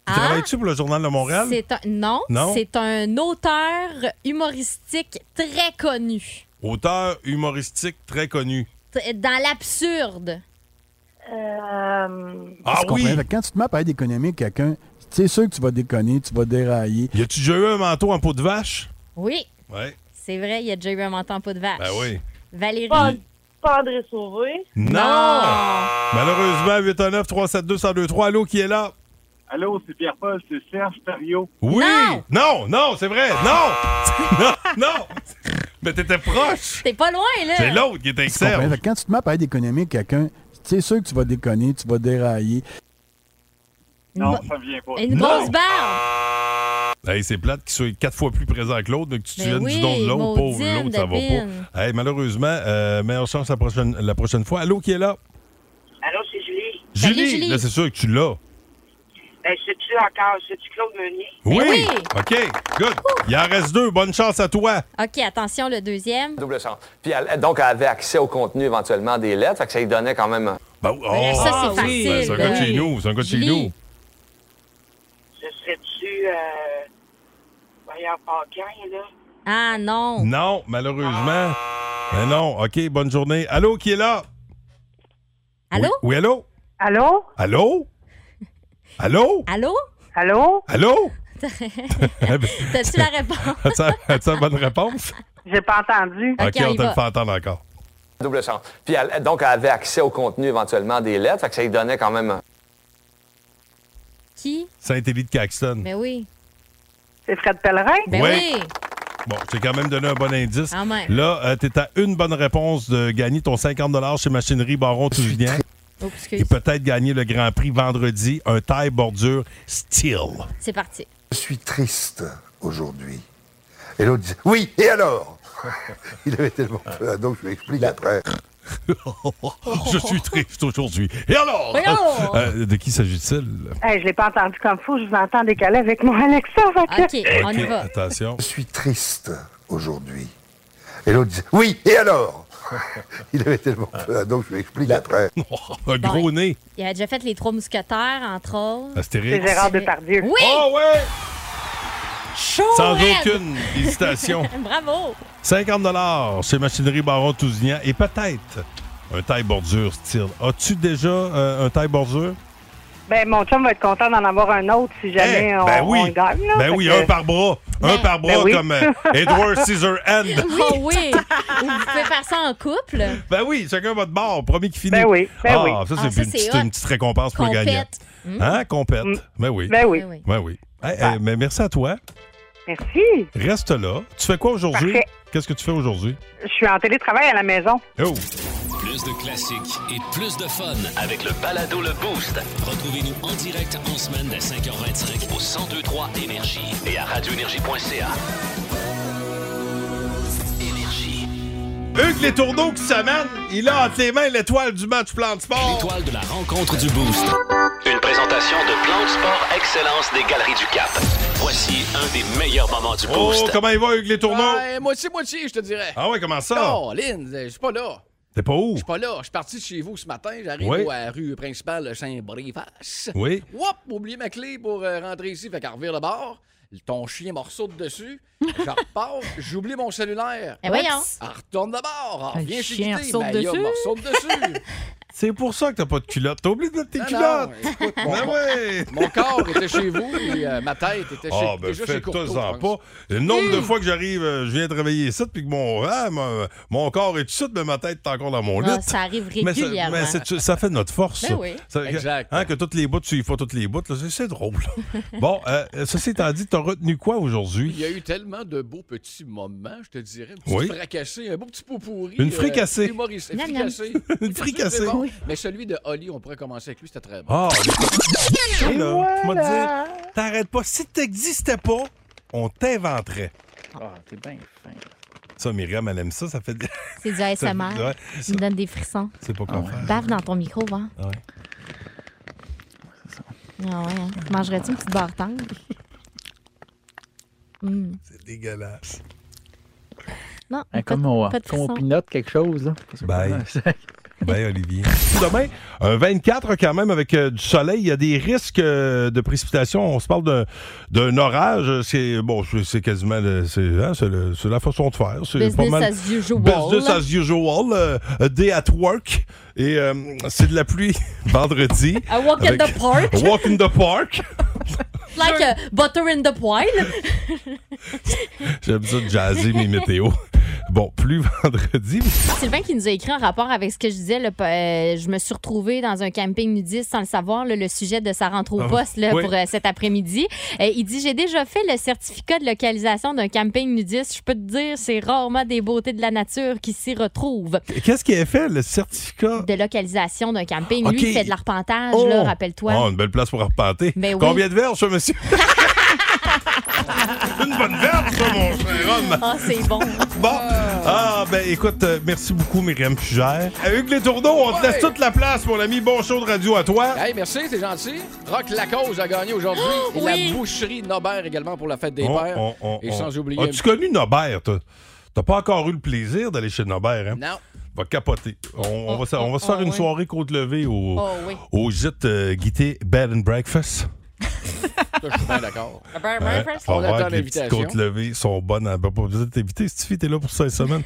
[SPEAKER 3] Tu Travailles-tu pour le Journal de Montréal?
[SPEAKER 5] Ah, C'est un... Non,
[SPEAKER 3] Non.
[SPEAKER 5] c'est un auteur humoristique très connu.
[SPEAKER 3] Auteur humoristique très connu.
[SPEAKER 5] T- Dans l'absurde.
[SPEAKER 3] Ah
[SPEAKER 16] tu comprends? Fait que quand tu te mets à parler d'économie avec quelqu'un, c'est sûr que tu vas déconner, tu vas dérailler.
[SPEAKER 3] Y a-tu déjà eu un manteau en peau de vache?
[SPEAKER 5] Oui,
[SPEAKER 3] Ouais.
[SPEAKER 5] c'est vrai, il y a déjà eu un menton pas de vache.
[SPEAKER 3] Ben oui.
[SPEAKER 5] Valérie.
[SPEAKER 17] Pas André Sauvé.
[SPEAKER 3] Non! Malheureusement, 819 372 1023 Allô, qui est là?
[SPEAKER 4] Allô, c'est Pierre-Paul, c'est Serge Thériault.
[SPEAKER 3] Oui! Non, non, c'est vrai! Non! non, non! Mais t'étais proche!
[SPEAKER 5] T'es pas loin, là.
[SPEAKER 3] C'est l'autre qui était avec
[SPEAKER 16] Tu comprends?
[SPEAKER 3] Serge.
[SPEAKER 16] Fait que quand tu te mets à parler d'économie avec quelqu'un, c'est sûr que tu vas déconner, tu vas dérailler.
[SPEAKER 4] Non, ça me vient pas.
[SPEAKER 5] Une
[SPEAKER 3] Non.
[SPEAKER 5] grosse barbe.
[SPEAKER 3] Hey, c'est plate qu'il soit quatre fois plus présent que l'autre, mais que tu te
[SPEAKER 5] Ben
[SPEAKER 3] souviennes
[SPEAKER 5] oui,
[SPEAKER 3] du don de l'autre. Pauvre
[SPEAKER 5] maudine,
[SPEAKER 3] l'autre, ça va
[SPEAKER 5] David.
[SPEAKER 3] pas. Hey, malheureusement, euh, meilleure chance la prochaine, la prochaine fois. Allô, qui est là?
[SPEAKER 18] Allô, c'est Julie.
[SPEAKER 3] Julie! Là, c'est sûr que tu l'as.
[SPEAKER 18] Ben, c'est-tu encore, c'est-tu Claude Meunier?
[SPEAKER 3] Ben Oui. OK, good. Il en reste deux. Bonne chance à toi.
[SPEAKER 5] OK, attention, le deuxième.
[SPEAKER 19] Double sens. Puis elle, donc, elle avait accès au contenu éventuellement des lettres, fait que ça lui donnait quand même.
[SPEAKER 3] Ben,
[SPEAKER 5] Ben, ça, c'est Ah oui. facile,
[SPEAKER 3] c'est un gars de
[SPEAKER 5] ben.
[SPEAKER 3] chez nous. C'est un gars de chez
[SPEAKER 5] Julie.
[SPEAKER 3] nous.
[SPEAKER 18] Ce serait-tu, euh, Voyant Paquin, là?
[SPEAKER 5] Ah non.
[SPEAKER 3] Non, malheureusement. Mais non. OK, bonne journée. Allô, qui est là?
[SPEAKER 5] Allô?
[SPEAKER 3] Oui, oui, allô?
[SPEAKER 18] Allô?
[SPEAKER 3] Allô? Allô?
[SPEAKER 5] Allô?
[SPEAKER 18] Allô?
[SPEAKER 3] Allô?
[SPEAKER 5] T'as-tu la réponse?
[SPEAKER 3] As-tu as-tu la bonne réponse?
[SPEAKER 18] J'ai pas entendu.
[SPEAKER 3] OK, on te le fait entendre encore.
[SPEAKER 19] Double sens. Puis elle, donc, elle avait accès au contenu éventuellement des lettres, fait que ça lui donnait quand même.
[SPEAKER 5] Qui?
[SPEAKER 3] Saint-Élie de Caxton.
[SPEAKER 5] Ben oui.
[SPEAKER 18] C'est Fred Pellerin?
[SPEAKER 5] Ben
[SPEAKER 3] Ouais.
[SPEAKER 5] oui.
[SPEAKER 3] Bon, j'ai quand même donné un bon indice.
[SPEAKER 5] Quand même.
[SPEAKER 3] Là, euh, t'es à une bonne réponse de gagner ton 50 chez Machinerie Baron Touvignant.
[SPEAKER 5] Oh, excuse.
[SPEAKER 3] Et peut-être gagner le Grand Prix vendredi, un taille bordure steel.
[SPEAKER 5] C'est parti.
[SPEAKER 12] Je suis triste aujourd'hui. Et l'autre disait, oui, et alors Il avait tellement peur, donc je lui explique après.
[SPEAKER 3] Oh, Je suis triste aujourd'hui. Et alors?
[SPEAKER 18] Et alors?
[SPEAKER 3] Euh, de qui s'agit-il?
[SPEAKER 8] Ah,
[SPEAKER 18] Hey, je l'ai pas entendu comme fou, je vous entends décaler avec mon Alexa. fait que-
[SPEAKER 3] Ok, Attention.
[SPEAKER 12] Je suis triste aujourd'hui. Et l'autre disait, oui, et alors Il avait tellement peur, donc je lui explique après.
[SPEAKER 3] un gros nez.
[SPEAKER 5] Il a déjà fait les trois mousquetaires, entre autres.
[SPEAKER 3] Astérix. C'est Gérard
[SPEAKER 18] Depardieu.
[SPEAKER 5] Oui!
[SPEAKER 3] Oh, ouais!
[SPEAKER 5] Chaud!
[SPEAKER 3] Sans
[SPEAKER 5] raide!
[SPEAKER 3] aucune hésitation.
[SPEAKER 5] Bravo!
[SPEAKER 3] 50 chez Machinerie Baron Tousignan et peut-être un taille bordure style. As-tu déjà euh, un taille bordure?
[SPEAKER 18] Ben, mon chum va être content d'en avoir un autre si jamais on,
[SPEAKER 3] ben oui.
[SPEAKER 18] on gagne. là.
[SPEAKER 3] ben
[SPEAKER 18] Fait
[SPEAKER 3] oui,
[SPEAKER 18] que-
[SPEAKER 3] un par bras. un par bras
[SPEAKER 18] Ben oui.
[SPEAKER 3] comme euh, Edward Scissorhand.
[SPEAKER 5] Oh oui! Ou vous pouvez faire ça en couple.
[SPEAKER 3] Ben oui, chacun votre bord, premier qui finit.
[SPEAKER 5] Ben oui, ben
[SPEAKER 3] ah,
[SPEAKER 5] oui.
[SPEAKER 3] Ça,
[SPEAKER 5] Ah,
[SPEAKER 3] c'est
[SPEAKER 5] ça,
[SPEAKER 3] une,
[SPEAKER 5] c'est
[SPEAKER 3] petite-
[SPEAKER 5] hot.
[SPEAKER 3] une petite récompense pour le
[SPEAKER 5] Compète.
[SPEAKER 3] gagnant.
[SPEAKER 5] Mm.
[SPEAKER 3] Hein, compète. Ben oui.
[SPEAKER 18] Ben
[SPEAKER 5] Eh
[SPEAKER 18] oui. Ben oui.
[SPEAKER 3] Ben oui. Hey, hey, mais merci à toi.
[SPEAKER 18] Merci.
[SPEAKER 3] Reste là. Tu fais quoi aujourd'hui?
[SPEAKER 18] Parfait.
[SPEAKER 3] Qu'est-ce que tu fais aujourd'hui?
[SPEAKER 18] Je suis en télétravail à la maison.
[SPEAKER 3] Oh!
[SPEAKER 2] Plus de classiques et plus de fun avec le balado Le Boost. Retrouvez-nous en direct en semaine dès 5h25 au 1023 Énergie et à radioénergie.ca.
[SPEAKER 3] Hugues Les Tourneaux qui s'amène, il a entre les mains l'étoile du match plan de sport.
[SPEAKER 2] L'étoile de la rencontre du Boost. Une présentation de Plan de Sport Excellence des Galeries du Cap. Voici un des meilleurs moments du Boost.
[SPEAKER 3] Oh, comment il va, Hugues Les Tourneaux?
[SPEAKER 14] Ouais, moitié-moitié, je te dirais.
[SPEAKER 3] Ah ouais, comment ça?
[SPEAKER 14] Non, Lynn, je suis pas là.
[SPEAKER 3] T'es pas où?
[SPEAKER 14] Je suis pas là. Je suis parti de chez vous ce matin. J'arrive
[SPEAKER 3] Oui.
[SPEAKER 14] au- à la rue principale Saint-Brévas.
[SPEAKER 3] Oui.
[SPEAKER 14] Wop, oublié ma clé pour euh, rentrer ici. Fait qu'à revire le bord, ton chien morceau de dessus. Je repars, j'oublie mon cellulaire.
[SPEAKER 5] Eh voyons.
[SPEAKER 14] Elle retourne de bord.
[SPEAKER 5] Un
[SPEAKER 14] Elle revient chez
[SPEAKER 5] chien
[SPEAKER 14] Kitty.
[SPEAKER 5] ressaute
[SPEAKER 14] Ben, il y a
[SPEAKER 5] dessus.
[SPEAKER 14] morceau de dessus.
[SPEAKER 3] C'est pour ça que t'as pas de culotte. T'as oublié de mettre tes
[SPEAKER 14] Non,
[SPEAKER 3] culottes.
[SPEAKER 14] non, écoute, mon,
[SPEAKER 3] Ben ouais.
[SPEAKER 14] mon corps était chez vous et euh, ma tête était chez,
[SPEAKER 3] Ah, ben
[SPEAKER 14] déjà chez Courteau. je
[SPEAKER 3] faites-en
[SPEAKER 14] pense.
[SPEAKER 3] pas. Le nombre de
[SPEAKER 14] Hum.
[SPEAKER 3] fois que j'arrive, euh, je viens travailler ici, puis que mon, ah, mon, mon corps est tout de suite, mais ma tête est encore dans mon lit.
[SPEAKER 5] Non, Ah, ça arrive
[SPEAKER 3] Mais ça-
[SPEAKER 5] régulièrement.
[SPEAKER 3] Mais, c'est- ça fait notre force.
[SPEAKER 5] Ben
[SPEAKER 3] ça.
[SPEAKER 5] oui.
[SPEAKER 3] Ça-
[SPEAKER 14] Exact.
[SPEAKER 3] hein, que toutes les bouts, tu y fais toutes les bouts. là, c'est- C'est drôle. bon, euh, ceci étant dit, t'as retenu quoi
[SPEAKER 14] Il y
[SPEAKER 3] aujourd'hui?
[SPEAKER 14] a eu tellement de beaux petits moments, je te dirais. Un petit
[SPEAKER 3] Oui.
[SPEAKER 14] fracassé, un beau petit pot pourri.
[SPEAKER 3] Une fricassée.
[SPEAKER 14] humoriste, une
[SPEAKER 3] Miam, miam.
[SPEAKER 14] fricassée.
[SPEAKER 3] Une fricassée.
[SPEAKER 14] C'était bon.
[SPEAKER 3] Oui.
[SPEAKER 14] Mais celui de Holly, on pourrait commencer avec lui, c'était très bon.
[SPEAKER 3] Ah, mais- là, tu m'as dit, t'arrêtes pas. Si t'existais pas, on t'inventerait.
[SPEAKER 9] Ah, t'es bien fin.
[SPEAKER 3] Ça, Myriam, elle aime ça. Ça fait.
[SPEAKER 5] C'est du
[SPEAKER 3] ça-
[SPEAKER 5] ASMR.
[SPEAKER 3] ouais,
[SPEAKER 5] Tu me donnes des frissons.
[SPEAKER 3] C'est pas quoi faire.
[SPEAKER 5] Bave dans ton micro, va.
[SPEAKER 3] Ah ouais.
[SPEAKER 5] Ah ouais. hein. Mangerais-tu une petite barre tendre? Hum.
[SPEAKER 3] C'est dégueulasse. Ah,
[SPEAKER 5] Non,
[SPEAKER 9] Hein,
[SPEAKER 5] pas,
[SPEAKER 9] comme
[SPEAKER 5] de-
[SPEAKER 9] on,
[SPEAKER 5] pas de
[SPEAKER 9] comme on
[SPEAKER 5] frisson.
[SPEAKER 9] pinote quelque chose. Là.
[SPEAKER 3] Bye. Bye, Olivier. Demain, un 24 quand même avec euh, du soleil. Il y a des risques euh, de précipitation. On se parle d'un- d'un orage. C'est bon, c'est- c'est quasiment le- c'est hein, c'est le- c'est la façon de faire. C'est
[SPEAKER 5] Business
[SPEAKER 3] pas mal-
[SPEAKER 5] as usual.
[SPEAKER 3] Business as usual. euh, a day at work. Et euh, c'est de la pluie vendredi.
[SPEAKER 5] A walk in
[SPEAKER 3] Avec-
[SPEAKER 5] the park.
[SPEAKER 3] A walk in the park.
[SPEAKER 5] Like euh, butter in the poil.
[SPEAKER 3] J'aime ça de jazzer mes météos. Bon, plus vendredi.
[SPEAKER 5] Sylvain qui nous a écrit en rapport avec ce que je disais, là, p- euh, je me suis retrouvée dans un camping nudiste sans le savoir, là, le sujet de sa rentre au
[SPEAKER 15] Ah,
[SPEAKER 5] poste là,
[SPEAKER 15] oui.
[SPEAKER 5] pour euh, cet après-midi. Euh, il dit J'ai déjà fait le certificat de localisation d'un camping nudiste. Je peux te dire, c'est rarement des beautés de la nature qui s'y retrouvent.
[SPEAKER 3] Qu'est-ce qu'il a fait, le certificat?
[SPEAKER 5] De localisation d'un camping.
[SPEAKER 3] Ok.
[SPEAKER 5] Lui, il fait de l'arpentage,
[SPEAKER 3] Oh!
[SPEAKER 5] là, rappelle-toi.
[SPEAKER 3] Oh, une belle place pour arpenter.
[SPEAKER 5] Ben oui.
[SPEAKER 3] Combien de verres, ça, monsieur? une bonne verre, ça, mon cher homme.
[SPEAKER 5] Ah, c'est bon.
[SPEAKER 3] Bon. Ah, ben écoute, euh, merci beaucoup, Myriam Fugère. À Hugues Les Tourneaux, on te laisse toute la place, mon ami. Bon show de radio à toi.
[SPEAKER 14] Hey, merci, c'est gentil. Rock Lacause a gagné aujourd'hui. Et la boucherie Nobert également pour la fête des
[SPEAKER 3] On-
[SPEAKER 14] pères.
[SPEAKER 3] on- on-
[SPEAKER 14] et
[SPEAKER 3] on-
[SPEAKER 14] sans oublier.
[SPEAKER 3] oh, As-tu connu Nobert, toi? T'as pas encore eu le plaisir d'aller chez Nobert, hein?
[SPEAKER 14] Non.
[SPEAKER 3] Va capoter. On, on va, se- on va se
[SPEAKER 14] oh,
[SPEAKER 3] faire une
[SPEAKER 14] oui.
[SPEAKER 3] soirée côte levée au,
[SPEAKER 14] Oh, oui.
[SPEAKER 3] au gîte euh, Guité Bed and Breakfast.
[SPEAKER 14] Ça, Je suis bien d'accord.
[SPEAKER 3] Hein? On
[SPEAKER 14] On
[SPEAKER 3] va voir
[SPEAKER 14] attend
[SPEAKER 3] que les petites
[SPEAKER 14] l'invitation.
[SPEAKER 3] côtes levées sont bonnes. à- Pas besoin de t'inviter. Si tu fais, t'es là pour 16 semaines.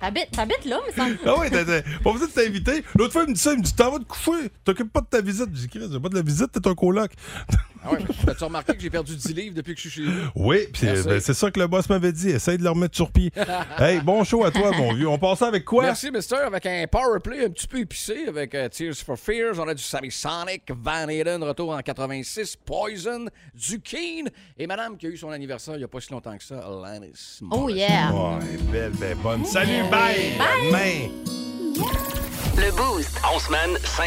[SPEAKER 5] T'habites t'habites là, me semble.
[SPEAKER 3] ah oui, t'as- t'as- pas besoin de t'inviter. L'autre fois, il me dit ça. Il me dit T'en vas te coucher. T'occupes pas de ta visite. J'ai dit Chris, j'ai pas de la visite. T'es un coloc.
[SPEAKER 14] Ah ouais, T'as-tu remarqué que j'ai perdu 10 livres depuis que je suis chez vous?
[SPEAKER 3] Oui, pis c'est
[SPEAKER 14] Merci.
[SPEAKER 3] ben, c'est ça que le boss m'avait dit. Essaye de le remettre sur pied. hey, bon show à toi, mon vieux. On passe avec quoi?
[SPEAKER 14] Merci, Mister. Avec un power play un petit peu épicé, avec euh, Tears for Fears, on a du Sammy Sonic, Van Halen, retour en 86, Poison, du Keen, et Madame qui a eu son anniversaire il n'y a pas si longtemps que ça, Alanis.
[SPEAKER 5] Oh
[SPEAKER 14] Ben.
[SPEAKER 5] yeah.
[SPEAKER 3] Ouais, belle, belle, bonne. Salut, bye! Bye!
[SPEAKER 2] Le Boost. En semaine,